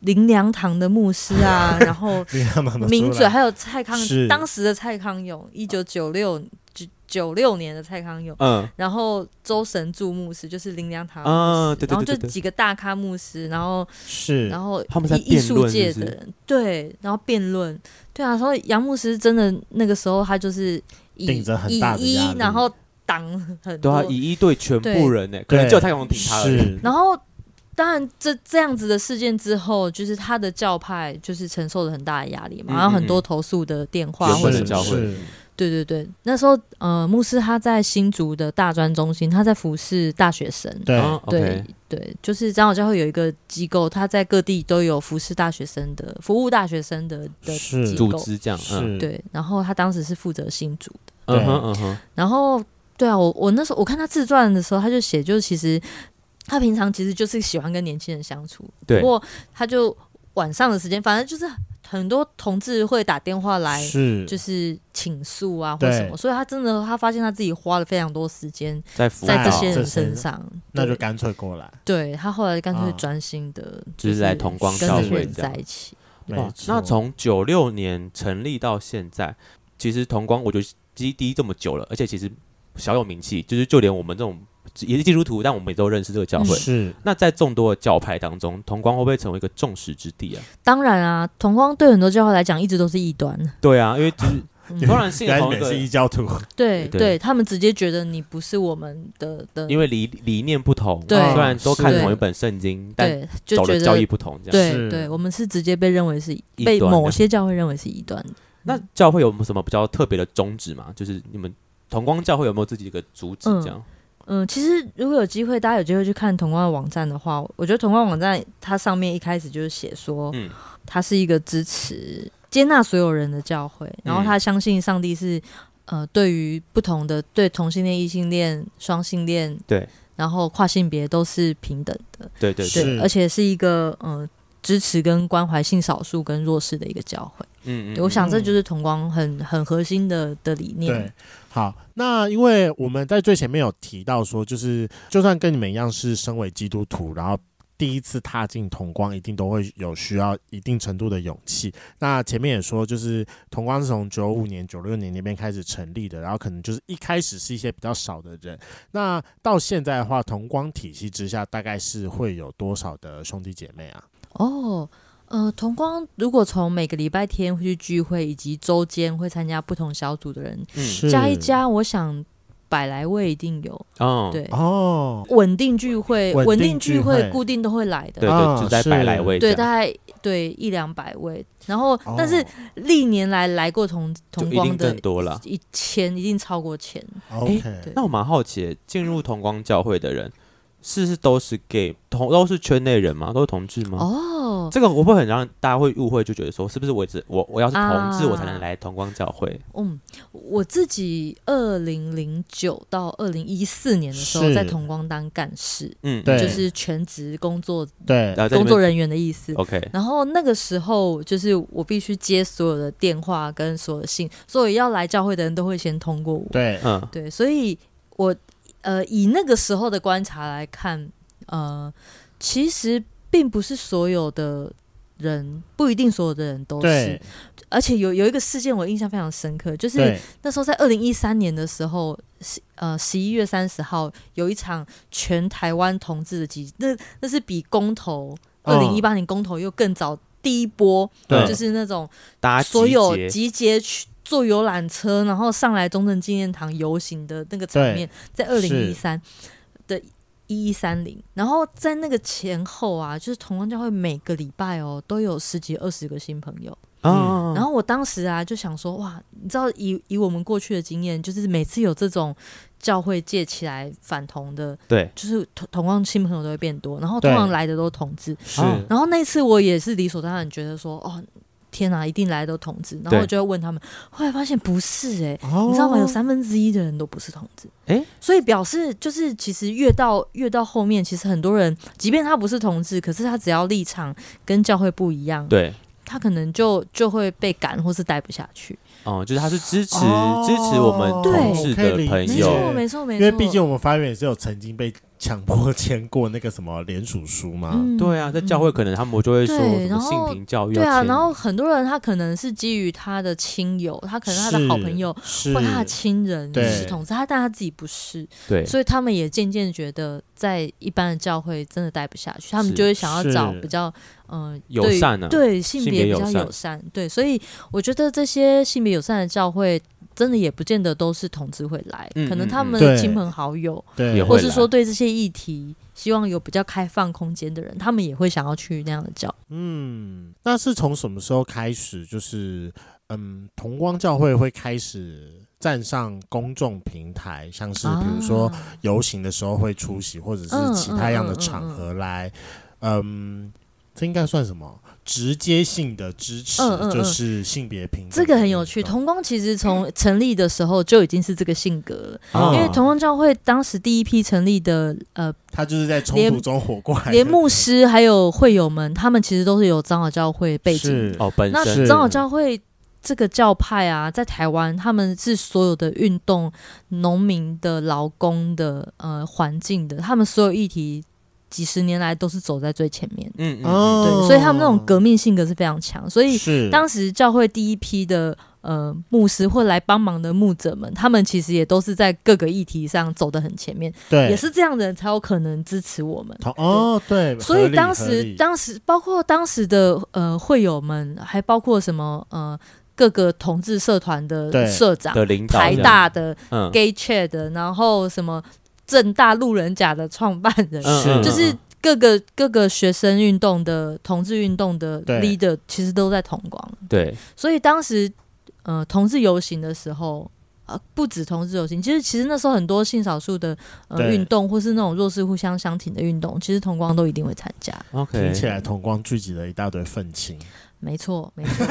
Speaker 3: 林良堂的牧师 啊，然后
Speaker 2: 你看嘛拿出
Speaker 3: 名
Speaker 2: 来
Speaker 3: 嘴，还有蔡康
Speaker 2: 是，
Speaker 3: 当时的蔡康永，一九九六九九六年的蔡康永，
Speaker 1: 嗯，
Speaker 3: 然后周神助牧师就是林良堂的
Speaker 1: 啊
Speaker 3: 牧师
Speaker 1: 对对
Speaker 3: 然后
Speaker 1: 对
Speaker 3: 就
Speaker 1: 对对
Speaker 3: 几个大咖牧师，然后
Speaker 2: 是，
Speaker 3: 然后
Speaker 1: 他们在
Speaker 3: 艺艺
Speaker 1: 辩
Speaker 3: 术
Speaker 1: 论
Speaker 3: 界
Speaker 1: 是不
Speaker 3: 的
Speaker 1: 是
Speaker 3: 人，对，然后辩论，对啊，所以杨牧师真的那个时候他就是以
Speaker 2: 顶着很
Speaker 3: 以
Speaker 2: 大的压
Speaker 3: 一，
Speaker 2: 力
Speaker 3: 然后挡很
Speaker 1: 对
Speaker 3: 多
Speaker 1: 啊，以一对全部
Speaker 3: 对
Speaker 1: 人欸呢，可能
Speaker 2: 对
Speaker 1: 只有蔡康永挺他而已，
Speaker 2: 是，
Speaker 3: 然后，当然这这样子的事件之后，就是他的教派就是承受了很大的压力
Speaker 1: 嗯
Speaker 3: 嘛，然后很
Speaker 1: 嗯
Speaker 3: 多投诉的电话
Speaker 1: 原
Speaker 3: 或
Speaker 1: 本
Speaker 3: 者
Speaker 1: 的
Speaker 2: 是
Speaker 3: 什
Speaker 1: 教
Speaker 3: 么
Speaker 1: 会
Speaker 3: 的。
Speaker 2: 是
Speaker 3: 对对对，那时候呃，牧师他在新竹的大专中心，他在服侍大学生。
Speaker 2: 对，
Speaker 1: 啊
Speaker 3: 对
Speaker 1: ，OK，
Speaker 3: 对，就是长老教会有一个机构，他在各地都有服侍大学生的、服务大学生的的
Speaker 2: 是
Speaker 3: 机
Speaker 1: 组
Speaker 3: 构。
Speaker 1: 织这样，嗯
Speaker 2: 是，
Speaker 3: 对，然后他当时是负责新竹的，
Speaker 1: 嗯哼嗯哼，
Speaker 3: 然后对啊，我我那时候我看他自传的时候，他就写，就是其实他平常其实就是喜欢跟年轻人相处，
Speaker 1: 对
Speaker 3: 不，过他就晚上的时间，反正就是很多同志会打电话来，
Speaker 2: 是，
Speaker 3: 就是倾诉啊或
Speaker 2: 对
Speaker 3: 什么，所以他真的他发现他自己花了非常多时间
Speaker 1: 在辅
Speaker 3: 在
Speaker 1: 导
Speaker 3: 这些
Speaker 2: 这
Speaker 3: 人
Speaker 2: 些人
Speaker 3: 身上，
Speaker 2: 那就
Speaker 3: 对
Speaker 2: 干脆过来，
Speaker 3: 对他后来干脆
Speaker 2: 啊
Speaker 3: 专心的，
Speaker 1: 就是
Speaker 3: 是
Speaker 1: 来同光
Speaker 3: 跟
Speaker 2: 教会
Speaker 3: 这些人
Speaker 1: 这样
Speaker 3: 在一起，
Speaker 2: 没
Speaker 1: 哇
Speaker 2: 错
Speaker 1: 那从九六年成立到现在，其实同光我觉得基地这么久了，而且其实小有名气，就是就连我们这种也是基督徒，但我们也都认识这个教会。
Speaker 2: 是
Speaker 1: 那在众多的教派当中，同光会不会成为一个众矢之的啊？
Speaker 3: 当然啊，同光对很多教会来讲一直都是异端，
Speaker 1: 对啊，因为就是
Speaker 3: 嗯
Speaker 1: 突然信
Speaker 2: 原来
Speaker 1: 同
Speaker 2: 你
Speaker 1: 一
Speaker 2: 们
Speaker 1: 个
Speaker 2: 是，异教徒，
Speaker 3: 对
Speaker 1: 对
Speaker 3: 对，他们直接觉得你不是我们的的，
Speaker 1: 因为理理念不同，
Speaker 3: 对
Speaker 1: 虽然都看
Speaker 3: 是
Speaker 1: 同一本圣经，但
Speaker 3: 对就
Speaker 1: 走
Speaker 3: 觉
Speaker 1: 的教义
Speaker 3: 得。
Speaker 1: 不同，这样。
Speaker 3: 对
Speaker 2: 是
Speaker 3: 对，我们是直接被认为是
Speaker 1: 异
Speaker 3: 被
Speaker 1: 端
Speaker 3: 某
Speaker 1: 的
Speaker 3: 些教会认为是异端的
Speaker 1: 那教会有没有什么比较特别的宗旨吗？就是你们同光教会有没有自己的一个主旨这样？
Speaker 3: 嗯，其实如果有机会，大家有机会去看同光的网站的话，我觉得同光网站它上面一开始就是写说，
Speaker 1: 嗯
Speaker 3: 它是一个支持接纳所有人的教会，然
Speaker 1: 嗯
Speaker 3: 后他相信上帝是呃，对于不同的对同性恋、异性恋、双性恋，
Speaker 1: 对，
Speaker 3: 然后跨性别都是平等的，
Speaker 1: 对对对，
Speaker 3: 对，
Speaker 2: 是
Speaker 3: 而且是一个嗯、呃支持跟关怀性少数跟弱势的一个教会。
Speaker 1: 嗯
Speaker 3: 对我想这就是同光很很核心的的理
Speaker 2: 对
Speaker 3: 念。，
Speaker 2: 好，那因为我们在最前面有提到说，就是就算跟你们一样是身为基督徒，然后。第一次踏进同光，一定都会有需要一定程度的勇气。那前面也说，就是同光是从九五年、九六年那边开始成立的，然后可能就是一开始是一些比较少的人。那到现在的话，同光体系之下，大概是会有多少的兄弟姐妹啊？
Speaker 3: 哦，呃，同光如果从每个礼拜天会去聚会，以及周间会参加不同小组的人，
Speaker 1: 嗯
Speaker 2: 是
Speaker 3: 加一加，我想百来位一定有。
Speaker 1: 哦，
Speaker 3: 对，
Speaker 2: 哦，
Speaker 3: 稳定聚会，
Speaker 2: 稳
Speaker 3: 稳
Speaker 2: 定
Speaker 3: 定
Speaker 2: 聚
Speaker 3: 聚会
Speaker 2: 会
Speaker 3: 固定都会来的。
Speaker 1: 对对，
Speaker 2: 啊
Speaker 1: 就在
Speaker 2: 是
Speaker 1: 百来位这
Speaker 3: 对，
Speaker 1: 样，
Speaker 3: 大概对一两百位，然后、
Speaker 2: 哦
Speaker 3: 但是历年来来过同
Speaker 1: 就
Speaker 3: 同
Speaker 1: 一
Speaker 3: 光
Speaker 1: 定
Speaker 3: 的
Speaker 1: 更多了。
Speaker 3: 一千一定超过千，
Speaker 2: 哦 OK，
Speaker 3: 对
Speaker 1: 那我蛮好奇，进入同光教会的人，是是都是 gay，同都是圈内人吗？都是同志吗？
Speaker 3: 哦，候，
Speaker 1: 嗯这个会不会很让大家会误会，就觉得说是不是我只我我要是同志，
Speaker 3: 啊
Speaker 1: 我才能来同光教会？
Speaker 3: 嗯，我自己二零零九到二零一四年的时候
Speaker 2: 是
Speaker 3: 在同光当干事，
Speaker 1: 嗯，
Speaker 2: 对
Speaker 3: 就是全职工作
Speaker 2: 对
Speaker 1: 然后啊在那
Speaker 3: 工作
Speaker 1: 边哦
Speaker 3: 人员的意思。
Speaker 1: OK，
Speaker 3: 然后那个时候，就是我必须接所有的电话跟所有的信，所有要来教会的人都会先通过我。
Speaker 2: 对
Speaker 1: 嗯，
Speaker 3: 对，所以我呃以那个时候的观察来看，呃，其实并不是所有的人，不一定所有的人都哦是
Speaker 2: 对。
Speaker 3: 而且有有一个事件我印象非常深刻，就是
Speaker 2: 对
Speaker 3: 那时候在二零一三年的时候，十呃十一月三十号有一场全台湾同志的集，那那是比公投二零一八年公投又更早第一波，
Speaker 2: 对
Speaker 3: 就是那种
Speaker 1: 大家
Speaker 3: 所
Speaker 1: 集
Speaker 3: 有
Speaker 1: 结
Speaker 3: 集结去坐游览车，然后上来中正纪念堂游行的那个场面，在二零一三的一一三零，然后在那个前后啊，就是同光教会每个礼拜哦都有十几二十个新朋友。
Speaker 2: 嗯
Speaker 1: 啊，
Speaker 3: 嗯然后我当时啊就想说，哇，你知道以以我们过去的经验，就是每次有这种教会借起来反同的，
Speaker 1: 对，
Speaker 3: 就是同同光新朋友都会变多，然后
Speaker 2: 对
Speaker 3: 通常来的都是同志，
Speaker 2: 是
Speaker 1: 啊
Speaker 3: 然后那次我也是理所当然觉得说，哦，天哪，一定来都同志。然后我就会问他们，后来发现不是哎、
Speaker 2: 哦
Speaker 3: 你知道吗？有三分之一的人都不是同志，
Speaker 1: 诶
Speaker 3: 所以表示就是其实越到越到后面，其实很多人，即便他不是同志，可是他只要立场跟教会不一样，
Speaker 1: 对，
Speaker 3: 他可能就就会被赶或是待不下去。
Speaker 1: 哦，就是他是支持
Speaker 2: 哦
Speaker 1: 支持我们同志
Speaker 2: 对
Speaker 1: 的
Speaker 2: 哎
Speaker 1: 朋
Speaker 3: 没
Speaker 2: 有
Speaker 1: 友，
Speaker 3: 错，没错，没
Speaker 2: 因
Speaker 3: 错，
Speaker 2: 为毕竟我们发源也是有曾经被强迫签过那个什么联署书嘛，
Speaker 3: 嗯
Speaker 1: 对啊，在教会可能他们就会说
Speaker 3: 对
Speaker 1: 什么
Speaker 3: 然后
Speaker 1: 性平教育要
Speaker 3: 对啊，
Speaker 1: 签
Speaker 3: 然后很多人他可能是基于他的亲友，他可能他的好朋友
Speaker 2: 是
Speaker 3: 或他的亲人
Speaker 2: 对
Speaker 3: 是同志，他但他自己不是，
Speaker 1: 对
Speaker 3: 所以他们也渐渐觉得在一般的教会真的待不下去，他们
Speaker 1: 是
Speaker 3: 就会想要找
Speaker 2: 是
Speaker 3: 比较嗯、呃、
Speaker 1: 友
Speaker 3: 对
Speaker 1: 善啊，
Speaker 3: 对性
Speaker 1: 性别
Speaker 3: 别比
Speaker 1: 友
Speaker 3: 较
Speaker 1: 善
Speaker 3: 友善，对，所以我觉得这些性别友善的教会。真的也不见得都是同志会来，
Speaker 1: 嗯
Speaker 3: 可
Speaker 1: 嗯
Speaker 3: 能他
Speaker 1: 嗯
Speaker 3: 们的
Speaker 2: 对
Speaker 3: 亲朋好友，
Speaker 2: 对
Speaker 1: 也
Speaker 3: 或
Speaker 1: 会
Speaker 3: 是
Speaker 1: 来
Speaker 3: 说对这些议题希望有比较开放空间的人，他们也会想要去那样的教。
Speaker 2: 嗯，那是从什么时候开始？就是嗯，同光教会会开始站上公众平台，像是比如说
Speaker 3: 啊
Speaker 2: 游行的时候会出席，或者是
Speaker 3: 嗯
Speaker 2: 其他样的
Speaker 3: 嗯嗯
Speaker 2: 场
Speaker 3: 嗯
Speaker 2: 合来，嗯，这应该算什么？直接性的支持，
Speaker 3: 嗯嗯嗯
Speaker 2: 就是性别平等。
Speaker 3: 这个很有趣。同光其实从成立的时候就已经是这个性格了，
Speaker 1: 啊
Speaker 3: 因为同光教会当时第一批成立的呃
Speaker 2: 他就是在冲突
Speaker 3: 连
Speaker 2: 中活过来的，
Speaker 3: 连牧师还有会友们，他们其实都是有长老教会背景。
Speaker 2: 是
Speaker 1: 哦本
Speaker 3: 那
Speaker 1: 身
Speaker 2: 是
Speaker 3: 长老教会这个教派啊，在台湾他们是所有的运动、农民的、劳工的、呃环境的，他们所有议题几十年来都是走在最前面的。
Speaker 1: 嗯嗯嗯
Speaker 2: 哦，
Speaker 3: 对，所以他们那种革命性格是非常强，所以
Speaker 2: 是
Speaker 3: 当时教会第一批的呃牧师或来帮忙的牧者们，他们其实也都是在各个议题上走得很前面，
Speaker 2: 对
Speaker 3: 也是这样的人才有可能支持我们。
Speaker 2: 同哦对，
Speaker 3: 所
Speaker 2: 合
Speaker 3: 以
Speaker 2: 理
Speaker 3: 当
Speaker 2: 合
Speaker 3: 时
Speaker 2: 理，
Speaker 3: 当时包括当时的呃会友们，还包括什么呃各个同志社团
Speaker 2: 对
Speaker 3: 的社长、
Speaker 1: 的领导
Speaker 3: 台
Speaker 1: 这样
Speaker 3: 大的、
Speaker 1: 嗯
Speaker 3: gay chat 的，然后什么正大路人甲的创办人，
Speaker 1: 嗯
Speaker 2: 是
Speaker 1: 嗯
Speaker 3: 就是
Speaker 1: 嗯
Speaker 3: 各个各个学生运动的、同志运动的
Speaker 2: 对
Speaker 3: leader，其实都在同光。
Speaker 1: 对
Speaker 3: 所以当时呃同志游行的时候，呃不止同志游行，其实其实那时候很多性少数的呃
Speaker 2: 对
Speaker 3: 运动，或是那种弱势互相相挺的运动，其实同光都一定会参加。
Speaker 1: OK
Speaker 2: 听起来同光聚集了一大堆愤青，
Speaker 3: 没错，没错。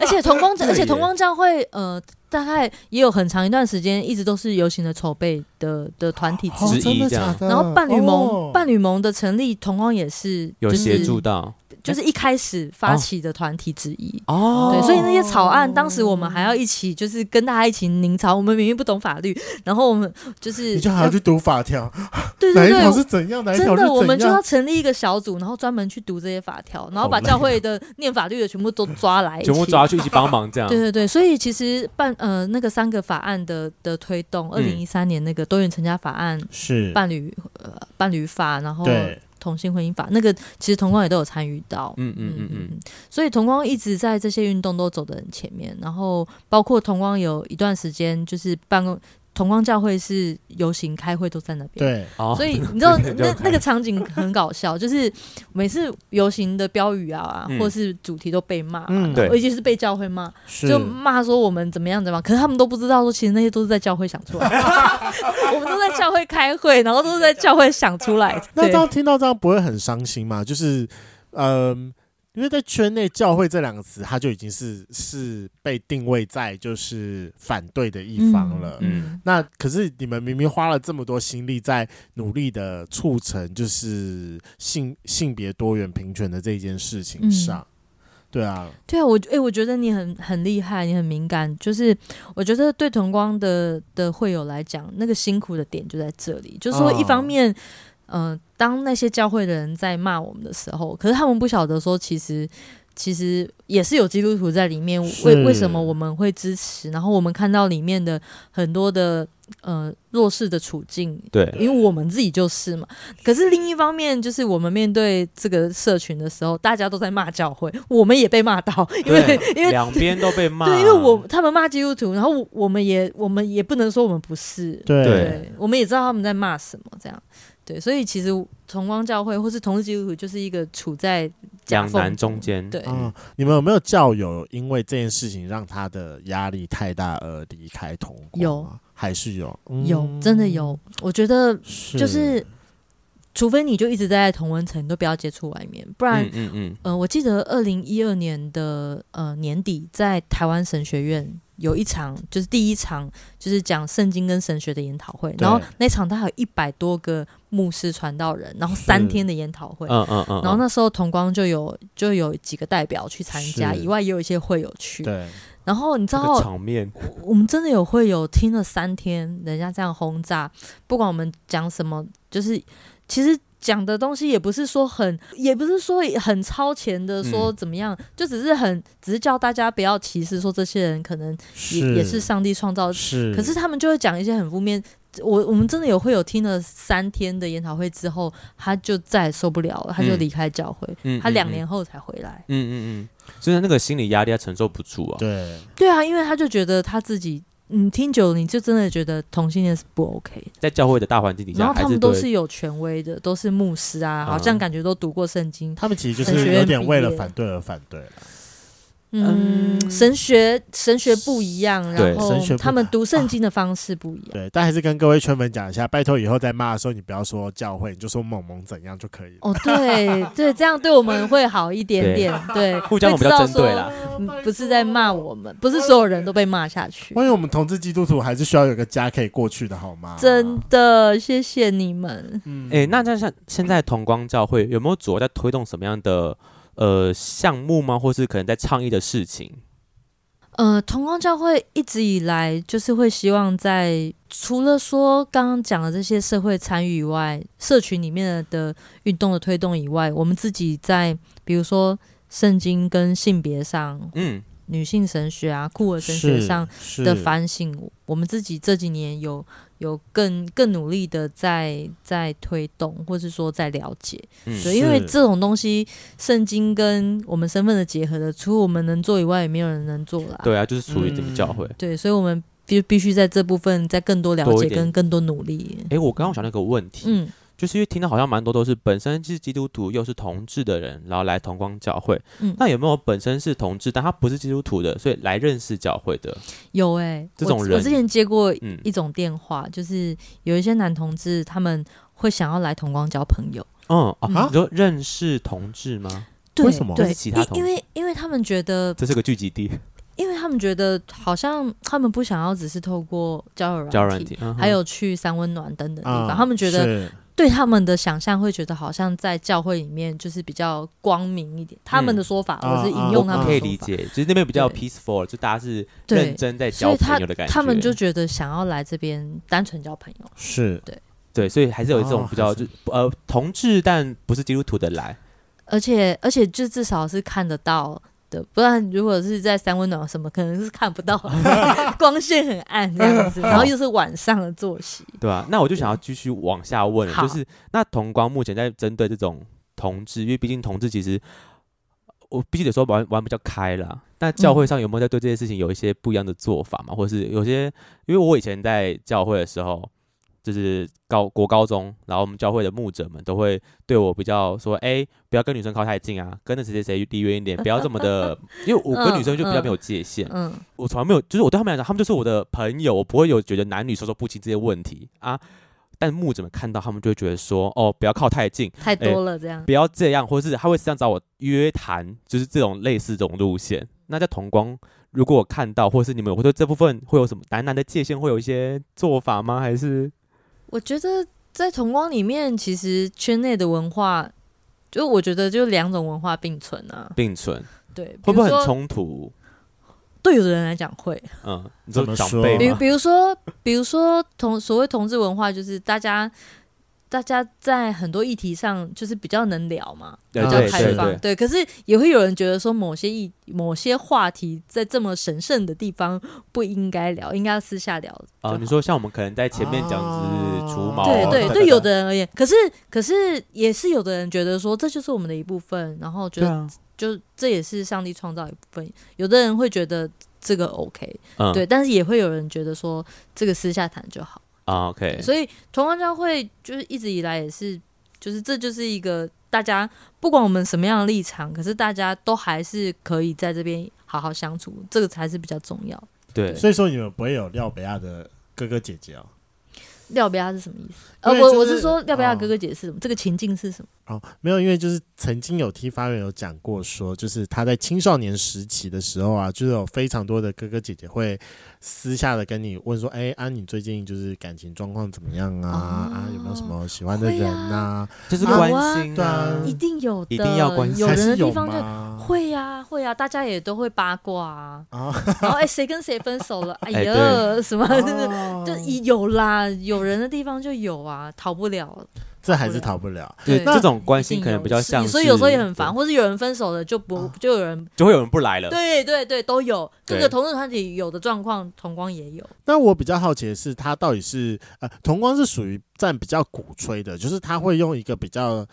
Speaker 3: 而且同光，而且同光教会呃。大概也有很长一段时间，一直都是游行的筹备的的团体之
Speaker 1: 哦
Speaker 3: 一。
Speaker 1: 质疑
Speaker 2: 真的
Speaker 1: 这样
Speaker 2: 假的
Speaker 3: 然后伴侣盟、
Speaker 2: 哦
Speaker 3: 伴侣盟的成立，同光也是
Speaker 1: 有
Speaker 3: 就是
Speaker 1: 协助到
Speaker 3: 就是一开始
Speaker 2: 哦
Speaker 3: 发起的团体之一。
Speaker 1: 哦
Speaker 3: 对，所以那些草案，当时我们还要一起，就是跟大家一起凝草。我们明明不懂法律，然后我们就是
Speaker 2: 你就还要去读法条，
Speaker 3: 对
Speaker 2: 哪
Speaker 3: 对
Speaker 2: 一条
Speaker 3: 对
Speaker 2: 是，怎样，哪一条是怎
Speaker 3: 真的，
Speaker 2: 样，
Speaker 3: 我们就要成立一个小组，然后专门去读这些法条，然后把
Speaker 2: 好累哦
Speaker 3: 教会的念法律的全部都抓来，
Speaker 1: 全部抓。去一起帮忙这样
Speaker 3: 对，对对，所以其实办呃那个三个法案的的推动，二
Speaker 1: 嗯
Speaker 3: 零一三年那个多元成家法案、
Speaker 2: 是
Speaker 3: 伴侣呃伴侣法，然后
Speaker 2: 对
Speaker 3: 同性婚姻法，那个其实同光也都有参与到。
Speaker 1: 嗯嗯嗯嗯，
Speaker 3: 所以同光一直在这些运动都走得很前面，然后包括同光有一段时间就是办公，同光教会是游行开会都在那边。
Speaker 2: 对
Speaker 1: 哦
Speaker 3: 所以你 知道
Speaker 1: 这边就
Speaker 3: 那
Speaker 1: 开
Speaker 3: 那个场景很搞笑，就是每次游行的标语啊，
Speaker 1: 嗯
Speaker 3: 或是主题都被骂、
Speaker 2: 嗯
Speaker 3: 啊，
Speaker 1: 对
Speaker 3: 尤其是被教会骂，
Speaker 2: 是
Speaker 3: 就骂说我们怎么样怎么样，可是他们都不知道说其实那些都是在教会想出来的，我们都在教会开会，然后都是在教会想出来的。
Speaker 2: 那
Speaker 3: 对
Speaker 2: 这样听到这样不会很伤心吗？就是，嗯、因为在圈内“教会”这两个词，它就已经是是被定位在就是反对的一方了。
Speaker 1: 嗯
Speaker 2: 那可是你们明明花了这么多心力在努力的促成，就是性性别多元平权的这件事情上，
Speaker 3: 嗯
Speaker 2: 对啊，
Speaker 3: 对啊，我诶、我觉得你很很厉害，你很敏感。就是我觉得对同光的的会友来讲，那个辛苦的点就在这里，就是说
Speaker 2: 哦
Speaker 3: 一方面，嗯、当那些教会的人在骂我们的时候，可是他们不晓得说其实。其实也是有基督徒在里面，
Speaker 2: 是
Speaker 3: 为为什么我们会支持？然后我们看到里面的很多的呃弱势的处境，
Speaker 1: 对，
Speaker 3: 因为我们自己就是嘛。可是另一方面，就是我们面对这个社群的时候，大家都在骂教会，我们也被骂到，因为因为。
Speaker 1: 两边都被骂，啊
Speaker 3: 对，因为我他们骂基督徒，然后我我们也我们也不能说我们不是，
Speaker 2: 对
Speaker 3: 我们也知道他们在骂什么，这样对，所以其实同光教会或是同日基督徒就是一个处在夹
Speaker 1: 两
Speaker 3: 缝
Speaker 1: 难中，间，
Speaker 3: 对，
Speaker 2: 嗯，你们有没有教友因为这件事情让他的压力太大而离开同工啊？
Speaker 3: 有
Speaker 2: 还是有？嗯
Speaker 3: 有真的，有，我觉得
Speaker 2: 是
Speaker 3: 就是，除非你就一直在同温层，你都不要接触外面，不然
Speaker 1: 嗯嗯嗯，
Speaker 3: 呃，我记得二零一二年的呃年底，在台湾神学院有一场，就是第一场，就是讲圣经跟神学的研讨会。然后
Speaker 2: 对
Speaker 3: 那场它还有一百多个牧师传道人，然后三
Speaker 2: 是
Speaker 3: 天的研讨会。
Speaker 1: 嗯嗯嗯，
Speaker 3: 然后那时候同光就有就有几个代表去参加，
Speaker 2: 是
Speaker 3: 以外也有一些会友去。
Speaker 2: 对，
Speaker 3: 然后你知
Speaker 1: 这
Speaker 3: 道
Speaker 1: 个，场面，嗯
Speaker 3: 我们真的有会有听了三天，人家这样轰炸，不管我们讲什么，就是其实讲的东西也不是说很，也不是说很超前的说
Speaker 1: 嗯
Speaker 3: 怎么样，就只是很只是叫大家不要歧视，说这些人可能也
Speaker 2: 是
Speaker 3: 也是上帝创造的，
Speaker 2: 是，
Speaker 3: 可是他们就会讲一些很负面。我我们真的有会有听了三天的研讨会之后，他就再也受不了了，他就
Speaker 1: 嗯
Speaker 3: 离开教会，
Speaker 1: 嗯，
Speaker 3: 他两
Speaker 1: 嗯
Speaker 3: 年，后才回来。
Speaker 1: 嗯嗯嗯，真的那个心理压力他承受不住啊，
Speaker 2: 对，
Speaker 3: 对啊，因为他就觉得他自己，你听久了你就真的觉得同性恋是不 OK 的。
Speaker 1: 在教会的大环境底
Speaker 3: 然
Speaker 1: 下，
Speaker 3: 后
Speaker 1: 还
Speaker 3: 他们都
Speaker 1: 对
Speaker 3: 是有权威的，都是牧师啊，
Speaker 1: 嗯
Speaker 3: 好像感觉都读过圣经。
Speaker 2: 他们其实就
Speaker 3: 神学
Speaker 2: 是
Speaker 3: 院
Speaker 2: 有点为了
Speaker 3: 毕业
Speaker 2: 反对而反对了，
Speaker 3: 嗯，神学神学不一样，
Speaker 1: 对
Speaker 3: 然后
Speaker 2: 神学不
Speaker 3: 他们读
Speaker 1: 啊
Speaker 3: 圣经的方式不一样。
Speaker 2: 对，但还是跟各位圈粉讲一下，拜托以后在骂的时候，你不要说教会，你就说萌萌怎样就可以了。
Speaker 3: 哦， 对对，这样对我们会好一点点， 对，
Speaker 1: 互相我比
Speaker 3: 会知
Speaker 1: 较
Speaker 3: 道
Speaker 1: 针对
Speaker 3: 说
Speaker 1: 啦，
Speaker 3: 嗯不是在骂我们，不是所有人都被骂下去。
Speaker 2: 关于我们同志基督徒，还是需要有个家可以过去的好吗？
Speaker 3: 真的，谢谢你们。
Speaker 2: 嗯，
Speaker 1: 哎、那那像现在同光教会有没有主要在推动什么样的呃项目吗？或是可能在倡议的事情？
Speaker 3: 呃，同光教会一直以来就是会希望在除了说刚刚讲的这些社会参与以外，社群里面的运动的推动以外，我们自己在比如说圣经跟性别上、
Speaker 1: 嗯，
Speaker 3: 女性神学啊、酷儿神学上
Speaker 2: 是
Speaker 3: 的反省，我们自己这几年有有更更努力的在在推动，或是说在了解。
Speaker 1: 嗯
Speaker 3: 对，因为
Speaker 2: 是
Speaker 3: 这种东西，圣经跟我们身份的结合的，除了我们能做以外，也没有人能做啦。
Speaker 1: 对啊，就是属于你们
Speaker 2: 嗯
Speaker 1: 教会。
Speaker 3: 对，所以我们必必须在这部分再更多了
Speaker 1: 多一
Speaker 3: 解
Speaker 1: 点
Speaker 3: 跟更多努力。
Speaker 1: 哎、我刚刚想到一个问题，
Speaker 3: 嗯，
Speaker 1: 就是因为听到好像蛮多都是本身是基督徒又是同志的人，然后来同光教会。
Speaker 3: 嗯
Speaker 1: 那有没有本身是同志，但他不是基督徒的，所以来认识教会的？
Speaker 3: 有哎、
Speaker 1: 这种
Speaker 3: 我
Speaker 1: 人
Speaker 3: 我之前接过
Speaker 1: 嗯，
Speaker 3: 一种电话，就是有一些男同志他们会想要来同光交朋友，
Speaker 1: 嗯啊，
Speaker 3: 啊
Speaker 1: 你说认识同志吗？
Speaker 3: 对
Speaker 2: 为什么
Speaker 1: 还
Speaker 3: 对
Speaker 1: 是，其他同
Speaker 3: 因因为因为他们觉得，
Speaker 1: 这是个聚集地，
Speaker 3: 因为他们觉得好像他们不想要只是透过交友软
Speaker 1: 交友软体，嗯哼
Speaker 3: 还有去三温暖等等地方，
Speaker 2: 啊
Speaker 3: 他们觉得
Speaker 2: 是
Speaker 3: 对他们的想象会觉得好像在教会里面就是比较光明一点。他们的说法，
Speaker 2: 啊
Speaker 3: 我是引
Speaker 2: 啊
Speaker 3: 用
Speaker 1: 我
Speaker 3: 他们
Speaker 1: 可
Speaker 3: 的
Speaker 1: 以
Speaker 3: 说
Speaker 1: 理
Speaker 3: 法，
Speaker 1: 解，就是那边比较
Speaker 3: 对
Speaker 1: peaceful，就大家是认
Speaker 3: 对，
Speaker 1: 真在
Speaker 3: 所
Speaker 1: 交
Speaker 3: 以他
Speaker 1: 朋友的感觉。
Speaker 3: 他们就觉得想要来这边单纯交朋友。
Speaker 2: 是
Speaker 1: 对，所以还是有这种
Speaker 2: 哦
Speaker 1: 比较
Speaker 2: 还
Speaker 1: 就是呃同志但不是基督徒的来，
Speaker 3: 而且而且就至少是看得到的，不然如果是在三温暖什么，可能是看不 到，光线很暗这样子，然后又是晚上的作息。
Speaker 1: 对吧、那我就想要继续往下问了，
Speaker 3: 好
Speaker 1: 就是那同光目前在针对这种同志，因为毕竟同志其实我必须得说玩玩比较开啦。那
Speaker 3: 嗯
Speaker 1: 教会上有没有在对这些事情有一些不一样的做法嘛？或是有些，因为我以前在教会的时候，就是高国高中，然后我们教会的牧者们都会对我比较说，哎、不要跟女生靠太近啊，跟着谁谁谁离远一点，不要这么 的，因为我跟女生就比较没有界限，
Speaker 3: 嗯，
Speaker 1: 我从来没有，就是我对他们来讲，他们就是我的朋友，我不会有觉得男女授受不亲这些问题啊。但牧者们看到他们就会觉得说，哦，不要靠太近，
Speaker 3: 太多了这样。
Speaker 1: 不要这样，或是他会这样找我约谈，就是这种类似这种路线。那在同光，如果我看到，或是你们会对这部分会有什么男男的界限，会有一些做法吗？还是
Speaker 3: 我觉得在同光里面，其实圈内的文化，就我觉得就两种文化并存啊。
Speaker 1: 并存，
Speaker 3: 对，
Speaker 1: 会不会
Speaker 3: 比如
Speaker 1: 很
Speaker 3: 说
Speaker 1: 冲突？
Speaker 3: 对有的人来讲会，
Speaker 1: 嗯，你
Speaker 2: 怎
Speaker 1: 说
Speaker 2: 么
Speaker 1: 长
Speaker 2: 说啊
Speaker 1: 辈
Speaker 3: 比如
Speaker 1: 吗？
Speaker 3: 比如说，比如说同所谓同志文化，就是大家大家在很多议题上就是比较能聊嘛，
Speaker 1: 对
Speaker 3: 比较
Speaker 1: 对
Speaker 3: 开
Speaker 1: 对
Speaker 3: 放，
Speaker 1: 对，
Speaker 3: 啊对。可是也会有人觉得说，某些议某些话题在这么神圣的地方不应该聊，应该要私下聊就
Speaker 1: 啊，你
Speaker 3: 好
Speaker 1: 说像我们可能在前面讲
Speaker 2: 啊
Speaker 1: 是除毛，
Speaker 3: 对对
Speaker 1: 等
Speaker 3: 对，
Speaker 1: 等
Speaker 3: 有的人而言，可是可是也是有的人觉得说这就是我们的一部分，然后觉
Speaker 1: 对
Speaker 3: 得、
Speaker 1: 啊，
Speaker 3: 就这也是上帝创造的一部分。有的人会觉得这个 OK，、
Speaker 1: 嗯，
Speaker 3: 对，但是也会有人觉得说这个私下谈就好。
Speaker 1: 啊，OK，
Speaker 3: 所以同光教会就是一直以来也是，就是这就是一个大家不管我们什么样的立场，可是大家都还是可以在这边好好相处，这个才是比较重要。
Speaker 1: 对，
Speaker 2: 所以说你们不会有廖北亚的哥哥姐姐哦。
Speaker 3: 廖贝亚是什么意思？呃，
Speaker 2: 因为就
Speaker 3: 我我
Speaker 2: 是
Speaker 3: 是说廖贝亚
Speaker 2: 哦
Speaker 3: 哥哥姐是什么？这个情境是什么？
Speaker 2: 哦，没有，因为就是曾经有听发源有讲过说，就是他在青少年时期的时候啊，就是有非常多的哥哥姐姐会私下的跟你问说，哎，啊，你最近就是感情状况怎么样啊？
Speaker 3: 哦
Speaker 2: 啊，有没有什么喜欢的
Speaker 3: 啊
Speaker 2: 人呐、
Speaker 1: 就是
Speaker 3: 好
Speaker 1: 关
Speaker 3: 啊
Speaker 1: 心
Speaker 2: 对啊嗯
Speaker 3: 一定有的，
Speaker 1: 一定要关心
Speaker 3: 有
Speaker 2: 还
Speaker 3: 人
Speaker 2: 是
Speaker 3: 的
Speaker 2: 有
Speaker 3: 地方就
Speaker 2: 吗
Speaker 3: 会呀、会呀、大家也都会八卦啊。
Speaker 2: 啊
Speaker 3: 然后哎，谁跟谁分手了？哎
Speaker 1: 哎
Speaker 3: 呀，
Speaker 1: 对
Speaker 3: 什么？
Speaker 2: 哦
Speaker 3: 就一有啦，有人的地方就有啊，逃不了。
Speaker 2: 这还是逃不了。
Speaker 1: 对
Speaker 3: 对那
Speaker 1: 这种关
Speaker 3: 一定
Speaker 1: 心可能
Speaker 3: 有
Speaker 1: 比较
Speaker 3: 是
Speaker 1: 像是，
Speaker 3: 所以有时候也很烦，
Speaker 1: 对，
Speaker 3: 或是有人分手了就不
Speaker 2: 啊
Speaker 3: 就有人，
Speaker 1: 就会有人不来了，
Speaker 3: 对对对，都有各
Speaker 1: 对
Speaker 3: 个同志团体有的状况，同光也有。
Speaker 2: 那我比较好奇的是，他到底是呃，同光是属于占比较鼓吹的，就是他会用一个比较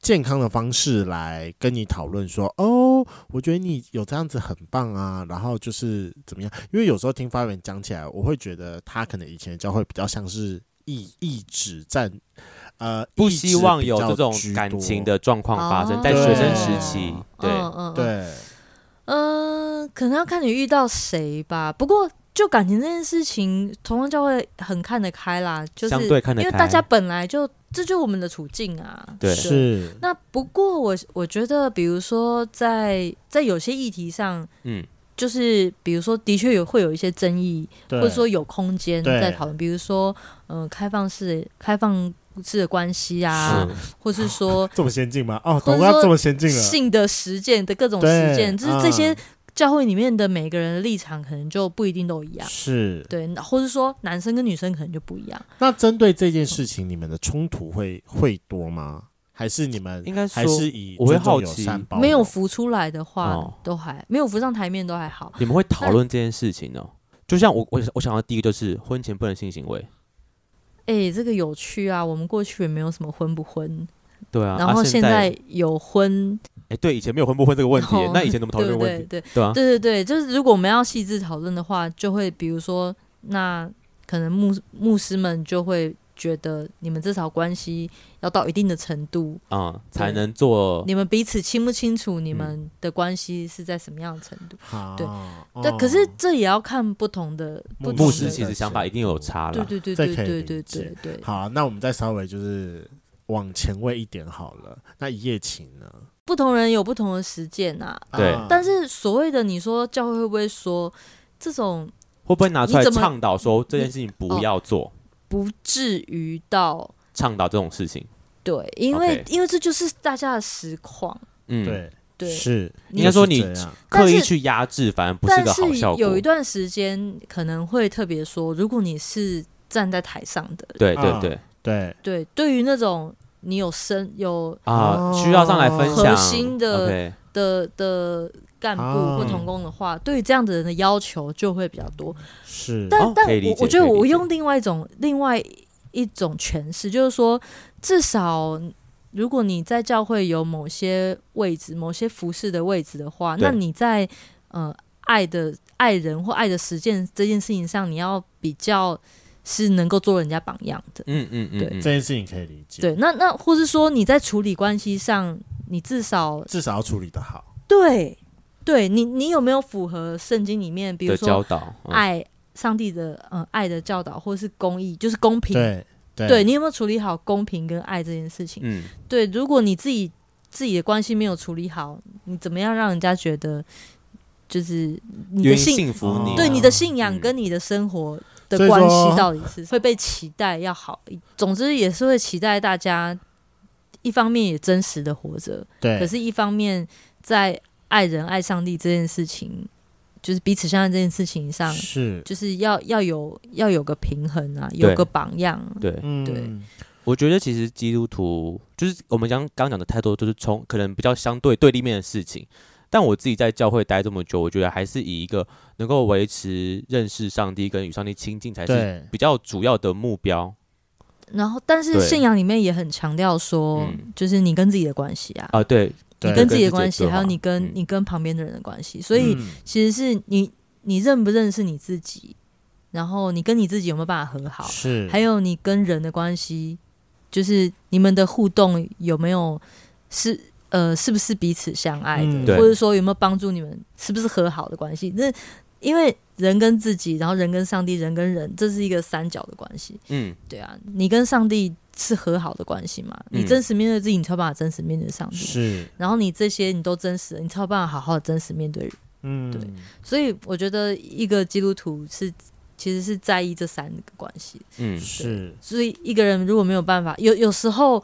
Speaker 2: 健康的方式来跟你讨论说，哦，我觉得你有这样子很棒啊，然后就是怎么样？因为有时候听发源讲起来，我会觉得他可能以前的教会比较像是意意志占，呃，
Speaker 1: 不
Speaker 2: 意志
Speaker 1: 希望有
Speaker 2: 比较
Speaker 1: 这种
Speaker 2: 居
Speaker 1: 感
Speaker 2: 多
Speaker 1: 情，的状况发生
Speaker 3: 哦
Speaker 1: 在学生时
Speaker 2: 对
Speaker 1: 期，对，
Speaker 3: 嗯嗯，嗯。
Speaker 2: 对，
Speaker 3: 嗯、可能要看你遇到谁吧。不过就感情这件事情，同光教会很看得开啦，就是
Speaker 1: 相对看得
Speaker 3: 因为
Speaker 1: 开
Speaker 3: 大家本来就这就是我们的处境啊。
Speaker 1: 对
Speaker 2: 是
Speaker 3: 那不过我我觉得，比如说在在有些议题上，
Speaker 1: 嗯，
Speaker 3: 就是比如说的确有会有一些争议，
Speaker 2: 对，
Speaker 3: 或者说有空间
Speaker 2: 对
Speaker 3: 在讨论，比如说嗯、呃开放式开放式的关系啊，
Speaker 1: 是
Speaker 3: 或 是说
Speaker 2: 这么先进吗？哦，
Speaker 3: 或者
Speaker 2: 同光
Speaker 3: 说
Speaker 2: 这么先进了，
Speaker 3: 性的实践的各种
Speaker 2: 对
Speaker 3: 实践，就是这些
Speaker 2: 嗯
Speaker 3: 教会里面的每个人的立场可能就不一定都一样。
Speaker 2: 是
Speaker 3: 对，那或者说男生跟女生可能就不一样。
Speaker 2: 那针对这件事情，你们的冲突会会多吗？还是你们
Speaker 1: 应该说
Speaker 2: 还是以
Speaker 1: 我会
Speaker 2: 尊重
Speaker 1: 好
Speaker 2: 友
Speaker 1: 奇
Speaker 2: 善包容
Speaker 3: 没有浮出来的话，
Speaker 1: 哦
Speaker 3: 都还没有浮上台面都还好。
Speaker 1: 你们会讨论这件事情呢、就像我我我想到第一个就是婚前不能性行为，
Speaker 3: 哎、这个有趣啊！我们过去也没有什么婚不婚，
Speaker 1: 对啊，
Speaker 3: 然后
Speaker 1: 啊、
Speaker 3: 现
Speaker 1: 现
Speaker 3: 在有婚，
Speaker 1: 哎、对，以前没有婚不婚这个问题、
Speaker 3: 哦
Speaker 1: 那以前怎么讨
Speaker 3: 对
Speaker 1: 论这
Speaker 3: 不
Speaker 1: 个问
Speaker 3: 对？
Speaker 1: 题？
Speaker 3: 对
Speaker 1: 对啊，
Speaker 3: 对对对，就是如果我们要细致讨论的话，就会比如说，那可能牧牧师们就会觉得，你们这条关系要到一定的程度，
Speaker 1: 嗯，
Speaker 3: 对
Speaker 1: 才能做
Speaker 3: 你们彼此清不清楚你们的关系是在什么样的程度？
Speaker 2: 好
Speaker 3: 对
Speaker 2: 哦
Speaker 3: 对，可是这也要看不同的不
Speaker 1: 嗯牧
Speaker 2: 牧
Speaker 3: 同
Speaker 1: 师，
Speaker 3: 的，
Speaker 1: 其
Speaker 2: 的
Speaker 1: 实想法一定有差
Speaker 3: 对啊
Speaker 1: 啦。
Speaker 3: 对对
Speaker 2: 这
Speaker 3: 对
Speaker 2: 可以
Speaker 3: 对
Speaker 2: 理
Speaker 3: 对
Speaker 2: 解
Speaker 3: 对对。
Speaker 2: 好，那我们再稍微就是往前位一点好了。那一夜情呢？
Speaker 3: 不同人有不同的实践呐、啊。
Speaker 1: 对
Speaker 2: 啊
Speaker 3: 但是所谓的你说教会会不会说这种
Speaker 1: 会不会拿出来
Speaker 3: 你怎么嗯哦
Speaker 1: 倡导说这件事情不要做，
Speaker 3: 不至于到
Speaker 1: 倡导这种事情？
Speaker 3: 对，因为
Speaker 1: OK
Speaker 3: 因为这就是大家的实况，
Speaker 1: 嗯，，
Speaker 2: 对
Speaker 3: 对。
Speaker 2: 是
Speaker 1: 应该说
Speaker 2: 就是
Speaker 1: 你
Speaker 2: 这样
Speaker 1: 刻意
Speaker 3: 但是
Speaker 1: 去压制，反而不
Speaker 3: 但
Speaker 1: 个好效果。
Speaker 3: 有一段时间可能会特别说，如果你是站在台上的，
Speaker 1: 对对
Speaker 2: 啊
Speaker 1: 对
Speaker 2: 对
Speaker 3: 对，对于那种你有身有
Speaker 1: 啊，需要上来分
Speaker 3: 核
Speaker 1: 享
Speaker 3: 心的
Speaker 1: OK，
Speaker 3: 的的干部
Speaker 2: 啊
Speaker 3: 或同工的话，对于这样的人的要求就会比较多。
Speaker 2: 是
Speaker 3: 但、
Speaker 1: 哦
Speaker 3: 但
Speaker 1: 可以理
Speaker 3: 我
Speaker 1: 解
Speaker 3: 我觉
Speaker 1: 可
Speaker 3: 得
Speaker 1: 以理
Speaker 3: 我
Speaker 1: 解
Speaker 3: 用另外一种另外一种诠释，就是说，至少如果你在教会有某些位置、某些服饰的位置的话，
Speaker 1: 对
Speaker 3: 那你在呃爱的爱人或爱的实践这件事情上，你要比较是能够做人家榜样的。
Speaker 1: 嗯嗯嗯
Speaker 3: 对
Speaker 1: 嗯
Speaker 2: 这件事情可以理解，
Speaker 3: 对，那那或是说你在处理关系上，你至少
Speaker 2: 至少要处理的好。
Speaker 3: 对对你你有没有符合圣经里面，比如
Speaker 1: 的
Speaker 3: 说
Speaker 1: 教导，嗯
Speaker 3: 爱上帝的呃爱的教导，或是公义，就是公平
Speaker 2: 对对
Speaker 3: 对你有没有处理好公平跟爱这件事情？
Speaker 1: 嗯，
Speaker 3: 对，如果你自己自己的关系没有处理好，你怎么样让人家觉得就是
Speaker 1: 嗯
Speaker 3: 你
Speaker 1: 愿
Speaker 3: 的
Speaker 1: 意
Speaker 3: 信
Speaker 1: 幸福
Speaker 2: 啊
Speaker 1: 你，
Speaker 3: 对你的信仰
Speaker 1: 嗯
Speaker 3: 跟你的生活的
Speaker 2: 所以
Speaker 3: 关
Speaker 2: 说
Speaker 3: 系到底是会被期待要好一？总之也是会期待大家一方面也真实的活着，
Speaker 2: 对，
Speaker 3: 可是一方面在爱人爱上帝这件事情，就是彼此相爱这件事情上，
Speaker 2: 是，
Speaker 3: 就是要要有要有个平衡啊，有个榜样。
Speaker 1: 对，
Speaker 2: 嗯，
Speaker 3: 对
Speaker 1: 我觉得其实基督徒就是我们刚刚讲的太多，就是冲可能比较相对对立面的事情。但我自己在教会待这么久，我觉得还是以一个能够维持认识上帝跟与上帝亲近才是
Speaker 2: 对，
Speaker 1: 比较主要的目标。
Speaker 3: 然后，但是
Speaker 1: 对
Speaker 3: 信仰里面也很强调说
Speaker 1: 嗯，
Speaker 3: 就是你跟自己的关系啊，
Speaker 1: 啊，对，
Speaker 2: 对
Speaker 1: 跟
Speaker 3: 你跟自己的关
Speaker 1: 自己
Speaker 3: 系，
Speaker 1: 对话
Speaker 3: 还有你跟
Speaker 1: 嗯
Speaker 3: 你跟旁边的人的关系，所以
Speaker 2: 嗯
Speaker 3: 其实是你你认不认识你自己，然后你跟你自己有没有办法和好，
Speaker 2: 是，
Speaker 3: 还有你跟人的关系，就是你们的互动有没有是呃是不是彼此相爱的，
Speaker 2: 嗯
Speaker 1: 对
Speaker 3: 或者说有没有帮助你们是不是和好的关系？那因为人跟自己，然后人跟上帝，人跟人，这是一个三角的关系，
Speaker 1: 嗯，
Speaker 3: 对啊，你跟上帝是和好的关系嘛？
Speaker 1: 嗯
Speaker 3: 你真实面对自己，你才有办法真实面对上帝。
Speaker 2: 是，
Speaker 3: 然后你这些你都真实了，你才有办法好好的真实面对人。
Speaker 2: 嗯，
Speaker 3: 对所以我觉得一个基督徒是其实是在意这三个关系。
Speaker 1: 嗯，
Speaker 2: 是，
Speaker 3: 所以一个人如果没有办法，有有时候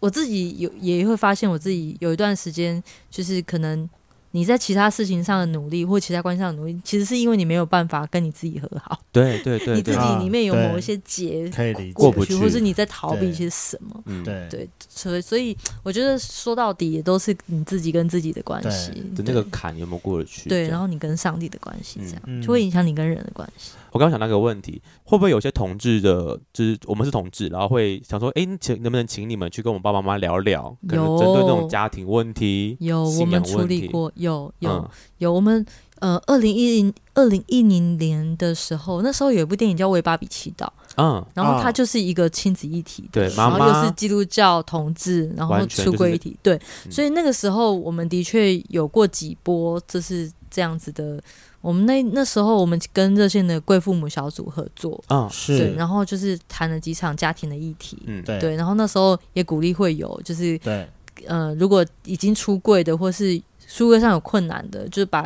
Speaker 3: 我自己有也会发现，我自己有一段时间就是可能你在其他事情上的努力或其他关系上的努力，其实是因为你没有办法跟你自己和好，
Speaker 1: 对对对
Speaker 3: 你
Speaker 1: 对，
Speaker 3: 自己里面有
Speaker 2: 啊
Speaker 3: 某一些结
Speaker 2: 可以理解，
Speaker 1: 过
Speaker 3: 不
Speaker 1: 不
Speaker 3: 去，
Speaker 1: 去
Speaker 3: 或是你在逃避
Speaker 2: 对
Speaker 3: 一些什么。
Speaker 1: 嗯，
Speaker 2: 对，
Speaker 3: 对，所以所以我觉得说到底也都是你自己跟自己的关系
Speaker 1: 的，那
Speaker 3: 对
Speaker 1: 个坎有没有过得去？
Speaker 3: 对，
Speaker 1: 这样
Speaker 3: 然后你跟上帝的关系
Speaker 1: 嗯
Speaker 3: 这样，
Speaker 2: 嗯
Speaker 3: 就会影响你跟人的关系。
Speaker 1: 我刚刚想到一个问题，会不会有些同志的，就是我们是同志，然后会想说，哎，请能不能请你们去跟我爸爸妈妈聊聊，可能针对那种
Speaker 3: 有
Speaker 1: 家庭问题、嗯
Speaker 3: 有我
Speaker 1: 信仰
Speaker 3: 们处
Speaker 1: 问
Speaker 3: 理
Speaker 1: 题，
Speaker 3: 过，有有、
Speaker 1: 嗯
Speaker 3: 有我们呃，二零一零二零一零年的时候，那时候有一部电影叫《为芭比祈祷》，
Speaker 1: 嗯，
Speaker 3: 然后
Speaker 2: 啊
Speaker 3: 它就是一个亲子议题
Speaker 1: 对
Speaker 3: 的，然
Speaker 1: 妈
Speaker 3: 后
Speaker 1: 妈
Speaker 3: 又是基督教同志，然后
Speaker 1: 完全就
Speaker 3: 出
Speaker 1: 是
Speaker 3: 柜议题，对，
Speaker 1: 嗯
Speaker 3: 所以那个时候我们的确有过几波，就是这样子的。我们那那时候我们跟热线的贵父母小组合作，
Speaker 1: 嗯，
Speaker 3: 对，
Speaker 2: 是，
Speaker 3: 然后就是谈了几场家庭的议题，
Speaker 1: 嗯，
Speaker 2: 对，
Speaker 3: 对，然后那时候也鼓励会有就是
Speaker 2: 对，
Speaker 3: 呃，如果已经出柜的或是出柜上有困难的，就是把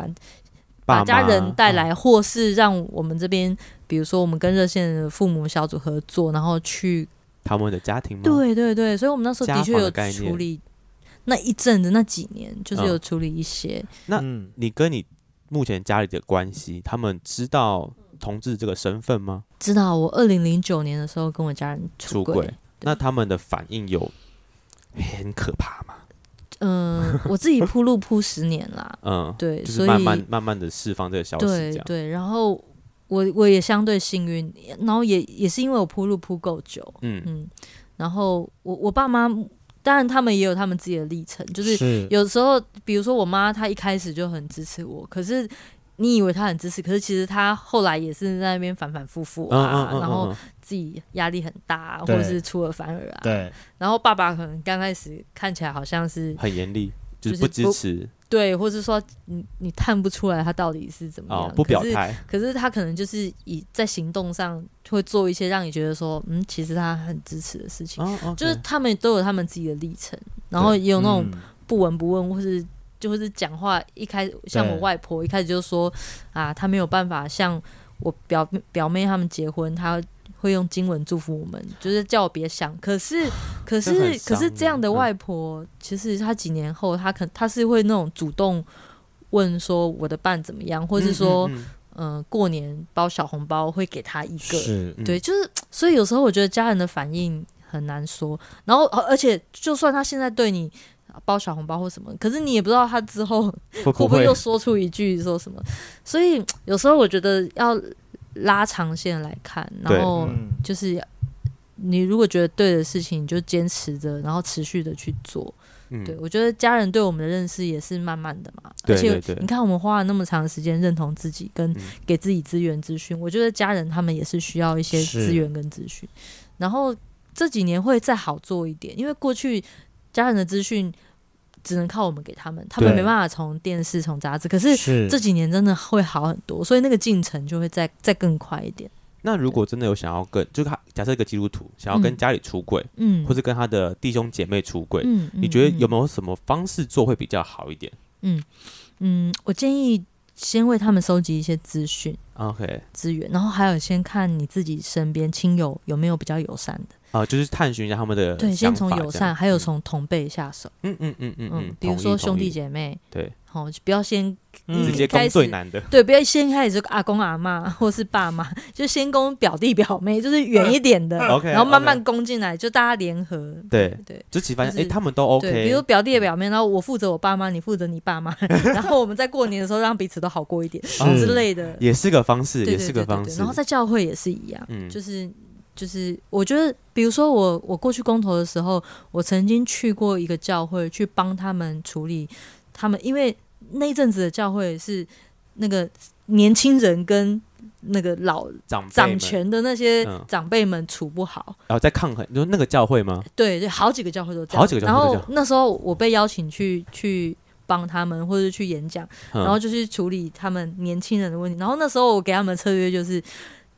Speaker 3: 把
Speaker 1: 爸
Speaker 3: 家
Speaker 1: 妈
Speaker 3: 人带
Speaker 1: 嗯
Speaker 3: 来，或是让我们这边，比如说我们跟热线的父母小组合作，然后去，
Speaker 1: 他们的家庭吗？
Speaker 3: 对对对，所以我们那时候
Speaker 1: 嗯家
Speaker 3: 的确
Speaker 1: 访的
Speaker 3: 有
Speaker 1: 概念
Speaker 3: 处理那一阵子那几年，就是
Speaker 1: 嗯
Speaker 3: 有处理一些，
Speaker 1: 那
Speaker 2: 嗯，
Speaker 1: 你跟你目前家里的关系，他们知道同志这个身份吗？
Speaker 3: 知道我二零零九年的时候跟我家人
Speaker 1: 出
Speaker 3: 出轨
Speaker 1: 轨，，那他们的反应有很可怕吗？，
Speaker 3: 嗯、我自己铺路铺十年啦
Speaker 1: 嗯，
Speaker 3: 对，
Speaker 1: 就是
Speaker 3: 所以
Speaker 1: 慢慢慢慢的释放这个消息，这
Speaker 3: 对
Speaker 1: 样，
Speaker 3: 对，然后我我也相对幸运，然后也也是因为我铺路铺够久，
Speaker 1: 嗯，
Speaker 3: 嗯，然后我我爸妈，当然他们也有他们自己的历程，就是
Speaker 2: 是
Speaker 3: 有时候，比如说我妈，她一开始就很支持我，可是你以为她很支持，可是其实她后来也是在那边反反复复
Speaker 1: 嗯
Speaker 3: 啊，
Speaker 1: 嗯嗯，
Speaker 3: 然后
Speaker 1: 嗯
Speaker 3: 自己压力很大啊，或
Speaker 2: 对
Speaker 3: 者是出尔反尔啊。
Speaker 2: 对，
Speaker 3: 然后爸爸可能刚开始看起来好像是
Speaker 1: 很严厉，就
Speaker 3: 就是是
Speaker 1: 不支
Speaker 3: 不
Speaker 1: 持
Speaker 3: 对，或是说你你看不出来他到底是怎么样，
Speaker 1: 哦，不表
Speaker 3: 可是
Speaker 1: 态，
Speaker 3: 可是他可能就是以在行动上会做一些让你觉得说，嗯，其实他很支持的事情。
Speaker 1: 哦，OK，
Speaker 3: 就是他们都有他们自己的历程，然后也有那种
Speaker 2: 嗯
Speaker 3: 不闻不问，或是就或是讲话一开始像我外婆一开始就说啊，她没有办法像我表表妹他们结婚，她会用经文祝福我们，就是叫我别想。可是可
Speaker 1: 这
Speaker 3: 是
Speaker 1: 很伤
Speaker 3: 可是这样的
Speaker 1: 人嗯
Speaker 3: 外婆，其实她几年后，她可她是会那种主动问说我的伴怎么样，或是说
Speaker 1: 嗯嗯
Speaker 3: 嗯、呃过年包小红包会给她一个，
Speaker 2: 是
Speaker 1: 嗯
Speaker 3: 对，就是所以有时候我觉得家人的反应很难说，然后呃而且就算他现在对你包小红包或什么，可是你也不知道他 之后会
Speaker 1: 嗯会
Speaker 3: 不
Speaker 1: 不
Speaker 3: 会
Speaker 1: 会
Speaker 3: 又说出一句说什么，所以有时候我觉得要拉长线来看，然
Speaker 1: 对
Speaker 3: 后
Speaker 2: 嗯
Speaker 3: 就是你如果觉得对的事情，你就坚持着，然后持续的去做。
Speaker 1: 嗯
Speaker 3: 对，我觉得家人对我们的认识也是慢慢的嘛，
Speaker 1: 对
Speaker 3: 而
Speaker 1: 对
Speaker 3: 且
Speaker 1: 对
Speaker 3: 你看我们花了那么长的时间认同自己，跟
Speaker 1: 嗯
Speaker 3: 给自己资源资讯，我觉得家人他们也是需要一些
Speaker 2: 是
Speaker 3: 资源跟资讯，然后这几年会再好做一点，因为过去家人的资讯只能靠我们给他们，他们
Speaker 2: 对
Speaker 3: 没办法从电视从杂志，可是
Speaker 2: 是
Speaker 3: 这几年真的会好很多，所以那个进程就会再再更快一点。
Speaker 1: 那如果真的有想要跟，就是他假设一个基督徒想要跟
Speaker 3: 嗯
Speaker 1: 家里出柜，
Speaker 3: 嗯，
Speaker 1: 或是跟他的弟兄姐妹出柜，
Speaker 3: 嗯，
Speaker 1: 你觉得有
Speaker 3: 有？
Speaker 1: 没有什么方式做会比较好一点
Speaker 3: 嗯，我建议先为他们收集一些资讯
Speaker 1: ？OK，
Speaker 3: 资源，然后还有先看你自己身边亲友有没有比较友善的，
Speaker 1: 啊、就是探寻一下他们的
Speaker 3: 对，先
Speaker 1: 想
Speaker 3: 从
Speaker 1: 法
Speaker 3: 友
Speaker 1: 这样
Speaker 3: 善，还有从同辈下手，
Speaker 1: 嗯嗯嗯嗯嗯，
Speaker 3: 比如
Speaker 1: 同意
Speaker 3: 说兄
Speaker 1: 同
Speaker 3: 弟
Speaker 1: 意
Speaker 3: 姐妹，
Speaker 1: 对，
Speaker 3: 好、就不要先嗯
Speaker 1: 直接
Speaker 3: 开
Speaker 1: 攻
Speaker 3: 始
Speaker 1: 最难 的，
Speaker 3: 对，不要先开始就阿公阿妈或是爸妈，就先攻表弟表妹，就是远一点的
Speaker 1: 嗯 OK，
Speaker 3: 然后慢
Speaker 1: OK
Speaker 3: 慢攻进来，就大家联合。
Speaker 1: 对
Speaker 3: 对，
Speaker 1: 就其实发现
Speaker 3: 就
Speaker 1: 哎、
Speaker 3: 是
Speaker 1: 诶他们都
Speaker 3: 对，比如
Speaker 1: OK，
Speaker 3: 表弟的表妹，然后我负责我爸妈，你负责你 爸妈，然后我们在过年的时候让彼此都好过一点
Speaker 1: 是
Speaker 3: 之类的，
Speaker 1: 也是个方式，
Speaker 3: 对
Speaker 1: 也
Speaker 3: 对
Speaker 1: 是
Speaker 3: 对
Speaker 1: 个
Speaker 3: 对
Speaker 1: 方
Speaker 3: 对。
Speaker 1: 式
Speaker 3: 然后。在教会也是一样，
Speaker 1: 嗯，
Speaker 3: 就是就是，我觉得，比如说我我过去公投的时候，我曾经去过一个教会去帮他们处理他们，因为那一阵子的教会是那个年轻人跟那个老
Speaker 1: 长辈
Speaker 3: 掌
Speaker 1: 们，
Speaker 3: 权的那些
Speaker 1: 嗯
Speaker 3: 长辈们处不好，
Speaker 1: 然后在抗衡，你说那个教会吗？
Speaker 3: 对，就好几个教会都这样。
Speaker 1: 好几个教会
Speaker 3: 然
Speaker 1: 都这
Speaker 3: 后
Speaker 1: 样
Speaker 3: 那时候我被邀请去去。帮他们，或者去演讲，
Speaker 1: 嗯、
Speaker 3: 呃然后就是处理他们年轻人的问题。然后那时候我给他们的策略就是，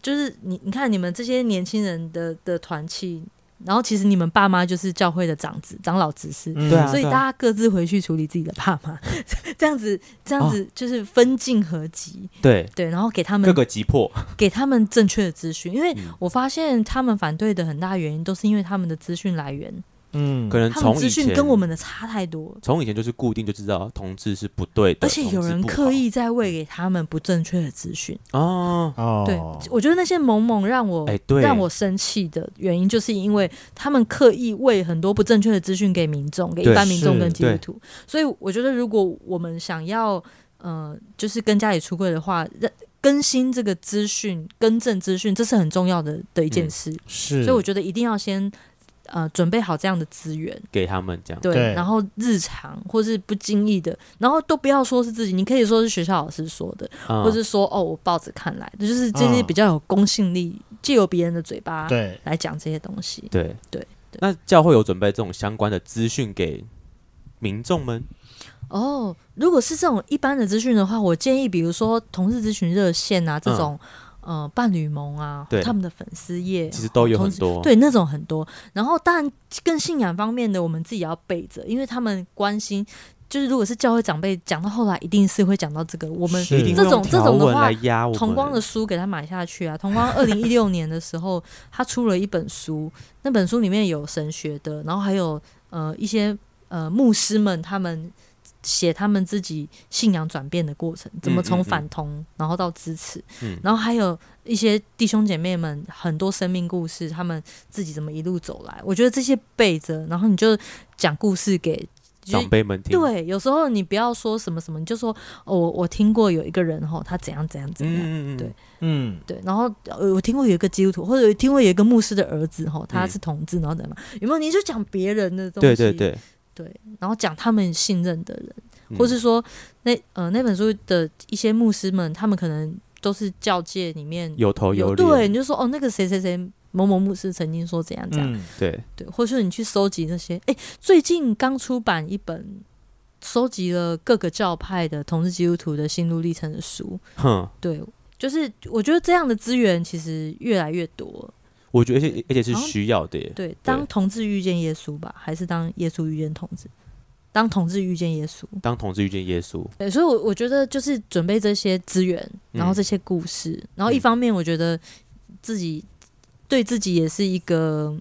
Speaker 3: 就是你你看你们这些年轻人的的团契，然后其实你们爸妈就是教会的长子、长老执事。
Speaker 1: 对啊
Speaker 3: 所以大家各自回去处理自己的爸妈， 这样子，这
Speaker 1: 哦
Speaker 3: 样子就是分进合集，
Speaker 1: 对
Speaker 3: 对，然后给他们
Speaker 1: 各个击破，
Speaker 3: 给他们正确的资讯，因为
Speaker 1: 嗯
Speaker 3: 我发现他们反对的很大原因都是因为他们的资讯来源，
Speaker 2: 嗯，
Speaker 1: 可能
Speaker 3: 他
Speaker 1: 从
Speaker 3: 们资
Speaker 1: 以
Speaker 3: 讯
Speaker 1: 前
Speaker 3: 跟我们的差太多，
Speaker 1: 从以前就是固定就知道同志是不对的，
Speaker 3: 而且有
Speaker 1: 同志
Speaker 3: 人
Speaker 1: 不
Speaker 3: 刻意在喂给他们不正确的资讯。
Speaker 1: 好哦，
Speaker 2: 哦，
Speaker 3: 对，我觉得那些萌萌让我、
Speaker 1: 哎对，
Speaker 3: 让我生气的原因，就是因为他们刻意喂很多不正确的资讯给民众，给一
Speaker 1: 对
Speaker 3: 般民众
Speaker 2: 是
Speaker 3: 跟基督
Speaker 1: 对
Speaker 3: 徒。所以我觉得，如果我们想要呃，就是跟家里出柜的话，让更新这个资讯、更正资讯，这是很重要的的一件
Speaker 1: 嗯
Speaker 3: 事。
Speaker 2: 是，
Speaker 3: 所以我觉得一定要先呃准备好这样的资源，
Speaker 1: 给他们这样，
Speaker 3: 对，
Speaker 2: 对
Speaker 3: 然后日常或是不经意的，然后都不要说是自己，你可以说是学校老师说的，
Speaker 1: 嗯
Speaker 3: 或是说哦我报纸看来的，就是这些
Speaker 2: 嗯
Speaker 3: 比较有公信力，借由别人的嘴巴
Speaker 2: 对，
Speaker 3: 来讲这些东西。
Speaker 1: 对
Speaker 3: 对对
Speaker 1: 那教会有准备这种相关的资讯给民众们，
Speaker 3: 哦，如果是这种一般的资讯的话，我建议比如说同事咨询热线啊这种。呃，伴侣盟啊，
Speaker 1: 对
Speaker 3: 他们的粉丝页
Speaker 1: 其实都有
Speaker 3: 啊同
Speaker 1: 很
Speaker 3: 志
Speaker 1: 多，
Speaker 3: 对，那种很多。然后当然更信仰方面的，我们自己也要备着，因为他们关心，就是如果是教会长辈讲到后来，一定是会讲到这个。我们
Speaker 2: 是
Speaker 1: 一定
Speaker 3: 这
Speaker 1: 会用
Speaker 3: 种这种
Speaker 1: 条
Speaker 3: 的
Speaker 1: 文
Speaker 3: 话
Speaker 1: 来压我们
Speaker 3: 同光的书给他买下去啊。同光二零一六年的时候，他出了一本书，那本书里面有神学的，然后还有呃一些呃牧师们他们。写他们自己信仰转变的过程，怎
Speaker 1: 嗯
Speaker 3: 么
Speaker 1: 嗯
Speaker 3: 从
Speaker 1: 嗯
Speaker 3: 反同、然后到支持，
Speaker 1: 嗯
Speaker 3: 然后还有一些弟兄姐妹们很多生命故事，他们自己怎么一路走来。我觉得这些背着，然后你就讲故事给就是
Speaker 1: 长辈们听，嗯
Speaker 3: 对，有时候你不要说什么什么，你就说哦，我我听过有一个人吼，他怎样怎样怎样。
Speaker 1: 嗯，嗯嗯嗯
Speaker 3: 对
Speaker 2: 嗯，
Speaker 3: 对，然后呃，我听过有一个基督徒，或者听过有一个牧师的儿子吼，他
Speaker 1: 嗯
Speaker 3: 是同志，然后怎么样有没有？你就讲别人的东西，
Speaker 1: 对对对，
Speaker 3: 然后讲他们信任的人，
Speaker 1: 嗯
Speaker 3: 或是说那呃那本书的一些牧师们，他们可能都是教界里面
Speaker 1: 有头有脸，
Speaker 3: 对，你就说哦，那个谁谁谁某某牧师曾经说怎样怎样，
Speaker 2: 嗯，
Speaker 1: 对
Speaker 3: 对，或是你去收集那些，哎，最近刚出版一本收集了各个教派的同志基督徒的心路历程的书，
Speaker 1: 哼，
Speaker 3: 对，就是我觉得这样的资源其实越来越多，
Speaker 1: 我觉得而且而且是
Speaker 3: 然后
Speaker 1: 需要的耶，
Speaker 3: 对，当同志遇见耶稣吧，还是当耶稣遇见同志，当同志遇见耶稣，
Speaker 1: 当同志遇见耶稣，
Speaker 3: 对，所以我，我觉得就是准备这些资源，然后这些故事，然后一
Speaker 1: 嗯
Speaker 3: 方面我觉得自己对自己也是一个，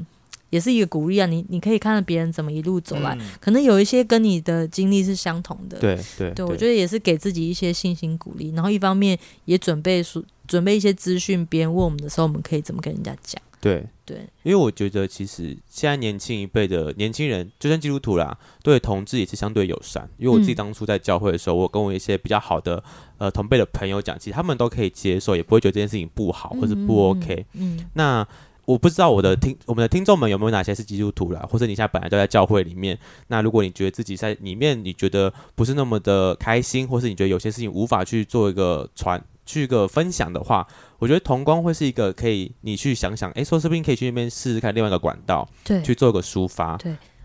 Speaker 3: 也是一个鼓励啊。你你可以看到别人怎么一路走来，
Speaker 2: 嗯
Speaker 3: 可能有一些跟你的经历是相同的。，
Speaker 1: 对对
Speaker 3: 对我觉得也是给自己一些信心鼓励，然后一方面也准备说准备一些资讯，别人问我们的时候，我们可以怎么跟人家讲。
Speaker 1: 对
Speaker 3: 对，
Speaker 1: 因为我觉得其实现在年轻一辈的年轻人，就算基督徒啦，对同志也是相对友善。因为我自己
Speaker 3: 嗯
Speaker 1: 当初在教会的时候，我跟我一些比较好的呃同辈的朋友讲，其实他们都可以接受，也不会觉得这件事情不好哦或是不 OK。
Speaker 3: 嗯。嗯，嗯
Speaker 1: 那我不知道我的听我们的听众们有没有哪些是基督徒啦，或者你现在本来就在教会里面，那如果你觉得自己在里面你觉得不是那么的开心，或是你觉得有些事情无法去做一个传去一个分享的话，我觉得同光会是一个可以你去想想，诶，说不定可以去那边试试看另外一个管道
Speaker 3: 嗯对，
Speaker 1: 去做个抒发。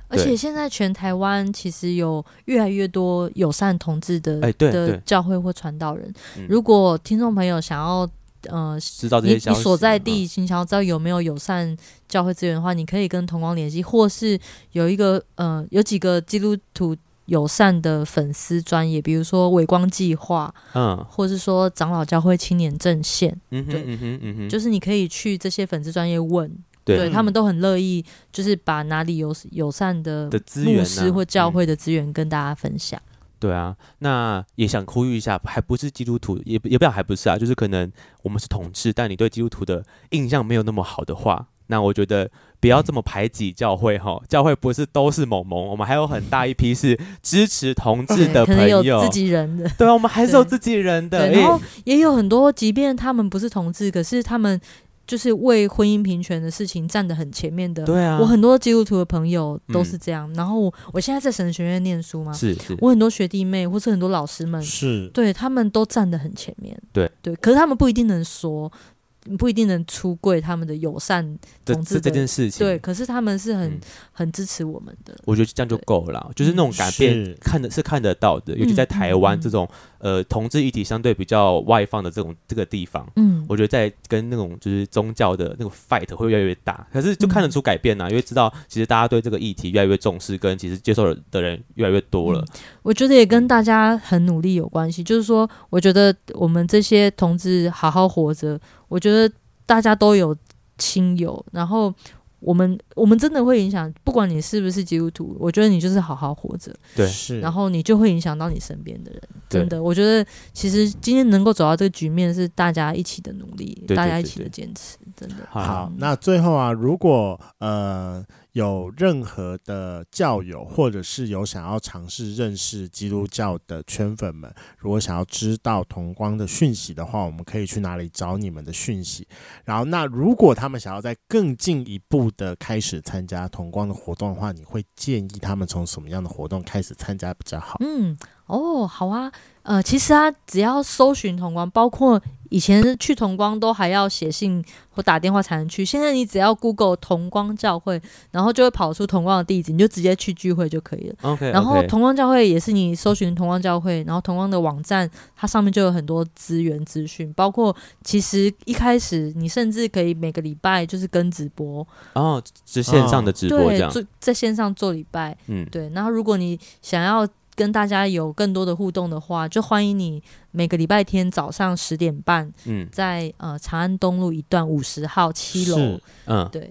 Speaker 3: 而且现在全台湾其实有越来越多友善同志的
Speaker 1: 哎对
Speaker 3: 的
Speaker 1: 对
Speaker 3: 教会或传道人
Speaker 1: 嗯。
Speaker 3: 如果听众朋友想要呃
Speaker 1: 知道这
Speaker 3: 你
Speaker 1: 些消
Speaker 3: 你
Speaker 1: 息吗。嗯
Speaker 3: 所在地，你想要知道有没有友善教会资源的话，你可以跟同光联系，或是有一个呃，有几个基督徒友善的粉丝专业，比如说伟光计划，
Speaker 1: 嗯
Speaker 3: 或是说长老教会青年阵线，
Speaker 1: 嗯哼
Speaker 3: 对
Speaker 1: 嗯哼嗯哼，
Speaker 3: 就是你可以去这些粉丝专业问，
Speaker 1: 对
Speaker 3: 他们都很乐意，就是把哪里有友善的
Speaker 1: 的资源、
Speaker 3: 牧
Speaker 1: 啊、
Speaker 3: 师或教
Speaker 1: 嗯
Speaker 3: 会的资源跟大家分享。
Speaker 1: 对啊，那也想呼吁一下，还不是基督徒，也不也不要还不是啊，就是可能我们是同志，但你对基督徒的印象没有那么好的话，那我觉得不要这么排挤教会哈，教会不是都是萌萌，我们还有很大一批是支持同志的
Speaker 3: 可
Speaker 1: 朋
Speaker 3: 能有
Speaker 1: 友
Speaker 3: 自，己人的，
Speaker 1: 对啊，我们还是有
Speaker 3: 对
Speaker 1: 自己人的，
Speaker 3: 对，
Speaker 1: 诶
Speaker 3: 然后也有很多，即便他们不是同志，可是他们就是为婚姻平权的事情站得很前面的。
Speaker 1: 对啊，
Speaker 3: 我很多基督徒的朋友都
Speaker 1: 嗯
Speaker 3: 是这样。然后我我现在在神学院念书嘛，
Speaker 1: 是是
Speaker 3: 我很多学弟妹或是很多老师们，
Speaker 2: 是
Speaker 3: 对他们都站得很前面。
Speaker 1: 对
Speaker 3: 对，可是他们不一定能说，不一定能出柜他们的友善。
Speaker 1: 这
Speaker 3: 同志
Speaker 1: 这这
Speaker 3: 的
Speaker 1: 件事情，
Speaker 3: 对，可是他们是很、
Speaker 1: 嗯
Speaker 3: 很支持我们的。
Speaker 1: 我觉得这样就
Speaker 3: 对
Speaker 1: 够了啦，就是那种改变
Speaker 2: 是
Speaker 1: 看的是看得到的，尤其在
Speaker 3: 嗯
Speaker 1: 台湾
Speaker 3: 嗯
Speaker 1: 这种呃同志议题相对比较外放的这种这个地方。
Speaker 3: 嗯，
Speaker 1: 我觉得在跟那种就是宗教的那个 fight 会越来越大，可是就看得出改
Speaker 3: 嗯
Speaker 1: 变呐、啊因为知道其实大家对这个议题越来越重视，跟其实接受的人越来越多了。
Speaker 3: 我觉得也跟大家很努力有关系。就是说，我觉得我们这些同志好好活着，我觉得大家都有亲友，然后我们我们真的会影响，不管你是不是基督徒，我觉得你就是好好活着，
Speaker 1: 对
Speaker 2: 是，
Speaker 3: 然后你就会影响到你身边的人。
Speaker 1: 对
Speaker 3: 真的，我觉得其实今天能够走到这个局面，是大家一起的努力，
Speaker 1: 对
Speaker 3: 大家
Speaker 1: 对
Speaker 3: 一
Speaker 1: 对
Speaker 3: 起的
Speaker 1: 对
Speaker 3: 坚持，真的。
Speaker 1: 好啦，
Speaker 2: 好，那最后啊，如果呃有任何的教友，或者是有想要尝试认识基督教的圈粉们，如果想要知道同光的讯息的话，我们可以去哪里找你们的讯息？然后，那如果他们想要再更进一步的开始参加同光的活动的话，你会建议他们从什么样的活动开始参加比较好？
Speaker 3: 嗯，哦，好啊，呃，其实啊，只要搜寻同光，包括以前去同光都还要写信或打电话才能去，现在你只要 Google 同光教会，然后就会跑出同光的地址，你就直接去聚会就可以了。
Speaker 1: OK，
Speaker 3: 嗯然后
Speaker 1: OK，
Speaker 3: 同光教会也是你搜寻同光教会，然后同光的网站，它上面就有很多资源资讯，包括其实一开始你甚至可以每个礼拜就是跟直播，
Speaker 1: 哦，是线上的直播这
Speaker 3: 哦对，
Speaker 1: 样，
Speaker 3: 做在线上做礼拜，
Speaker 1: 嗯，
Speaker 3: 对，然后如果你想要跟大家有更多的互动的话，就欢迎你每个礼拜天早上十点半
Speaker 1: 嗯
Speaker 3: 在呃长安东路一段五十号七楼
Speaker 2: 是，
Speaker 1: 嗯，
Speaker 3: 对，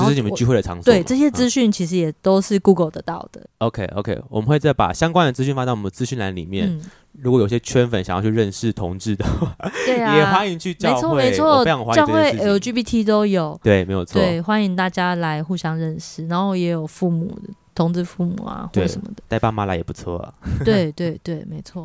Speaker 1: 这
Speaker 3: 后
Speaker 1: 是你们
Speaker 3: 我
Speaker 1: 聚会的场所嘛。嗯
Speaker 3: 对这些资讯其实也都是 Google 得到的，
Speaker 1: OK OK，我们会再把相关的资讯发到我们的资讯栏里面。
Speaker 3: 嗯，
Speaker 1: 如果有些圈粉想要去认识同志的话，
Speaker 3: 对啊，
Speaker 1: 也欢迎去教
Speaker 3: 没错
Speaker 1: 会，
Speaker 3: 没
Speaker 1: 我
Speaker 3: 错
Speaker 1: 非常，欢
Speaker 3: 教
Speaker 1: 迎这件
Speaker 3: 会
Speaker 1: 事情。
Speaker 3: LGBT 都有，
Speaker 1: 对，没有错。
Speaker 3: 对，欢迎大家来互相认识，然后也有父母同志父母啊或
Speaker 1: 对
Speaker 3: 者什么的，
Speaker 1: 带爸妈来也不错啊。
Speaker 3: 对对对，没错。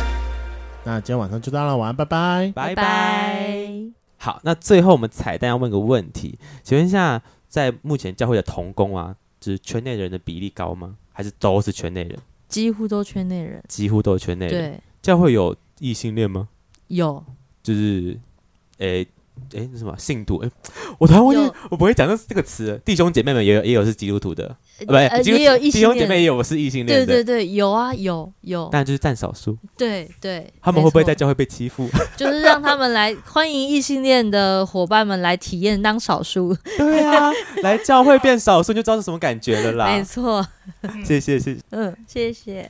Speaker 2: 那今天晚上就到了，晚安，拜拜。
Speaker 1: 拜
Speaker 3: 拜。
Speaker 1: 好，那最后我们彩蛋要问个问题，请问一下，在目前教会的童工啊，就是圈内人的比例高吗？还是都是圈内人？
Speaker 3: 几乎都圈内人，
Speaker 1: 几乎都是圈内人。
Speaker 3: 对，
Speaker 1: 教会有异性恋吗？
Speaker 3: 有
Speaker 1: 就是，诶、诶，那什么信徒？诶、我突然忘记
Speaker 3: 有，
Speaker 1: 我不会讲这这个词。弟兄姐妹们也有也有是基督徒的，呃不
Speaker 3: 呃
Speaker 1: 是，基督
Speaker 3: 也有异
Speaker 1: 弟
Speaker 3: 性
Speaker 1: 兄
Speaker 3: 恋
Speaker 1: 姐妹也有是异性恋
Speaker 3: 对
Speaker 1: 的，
Speaker 3: 对对，有啊，有有，
Speaker 1: 但就是占少数。
Speaker 3: 对对，
Speaker 1: 他们会不会
Speaker 3: 没
Speaker 1: 在
Speaker 3: 错？
Speaker 1: 教会被欺负？
Speaker 3: 就是让他们来欢迎异性恋的伙伴们来体验当少数，
Speaker 1: 对啊，来教会变少数就知道是什么感觉了
Speaker 3: 没
Speaker 1: 啦。
Speaker 3: 错，
Speaker 1: 谢谢谢谢。
Speaker 3: 嗯，谢谢。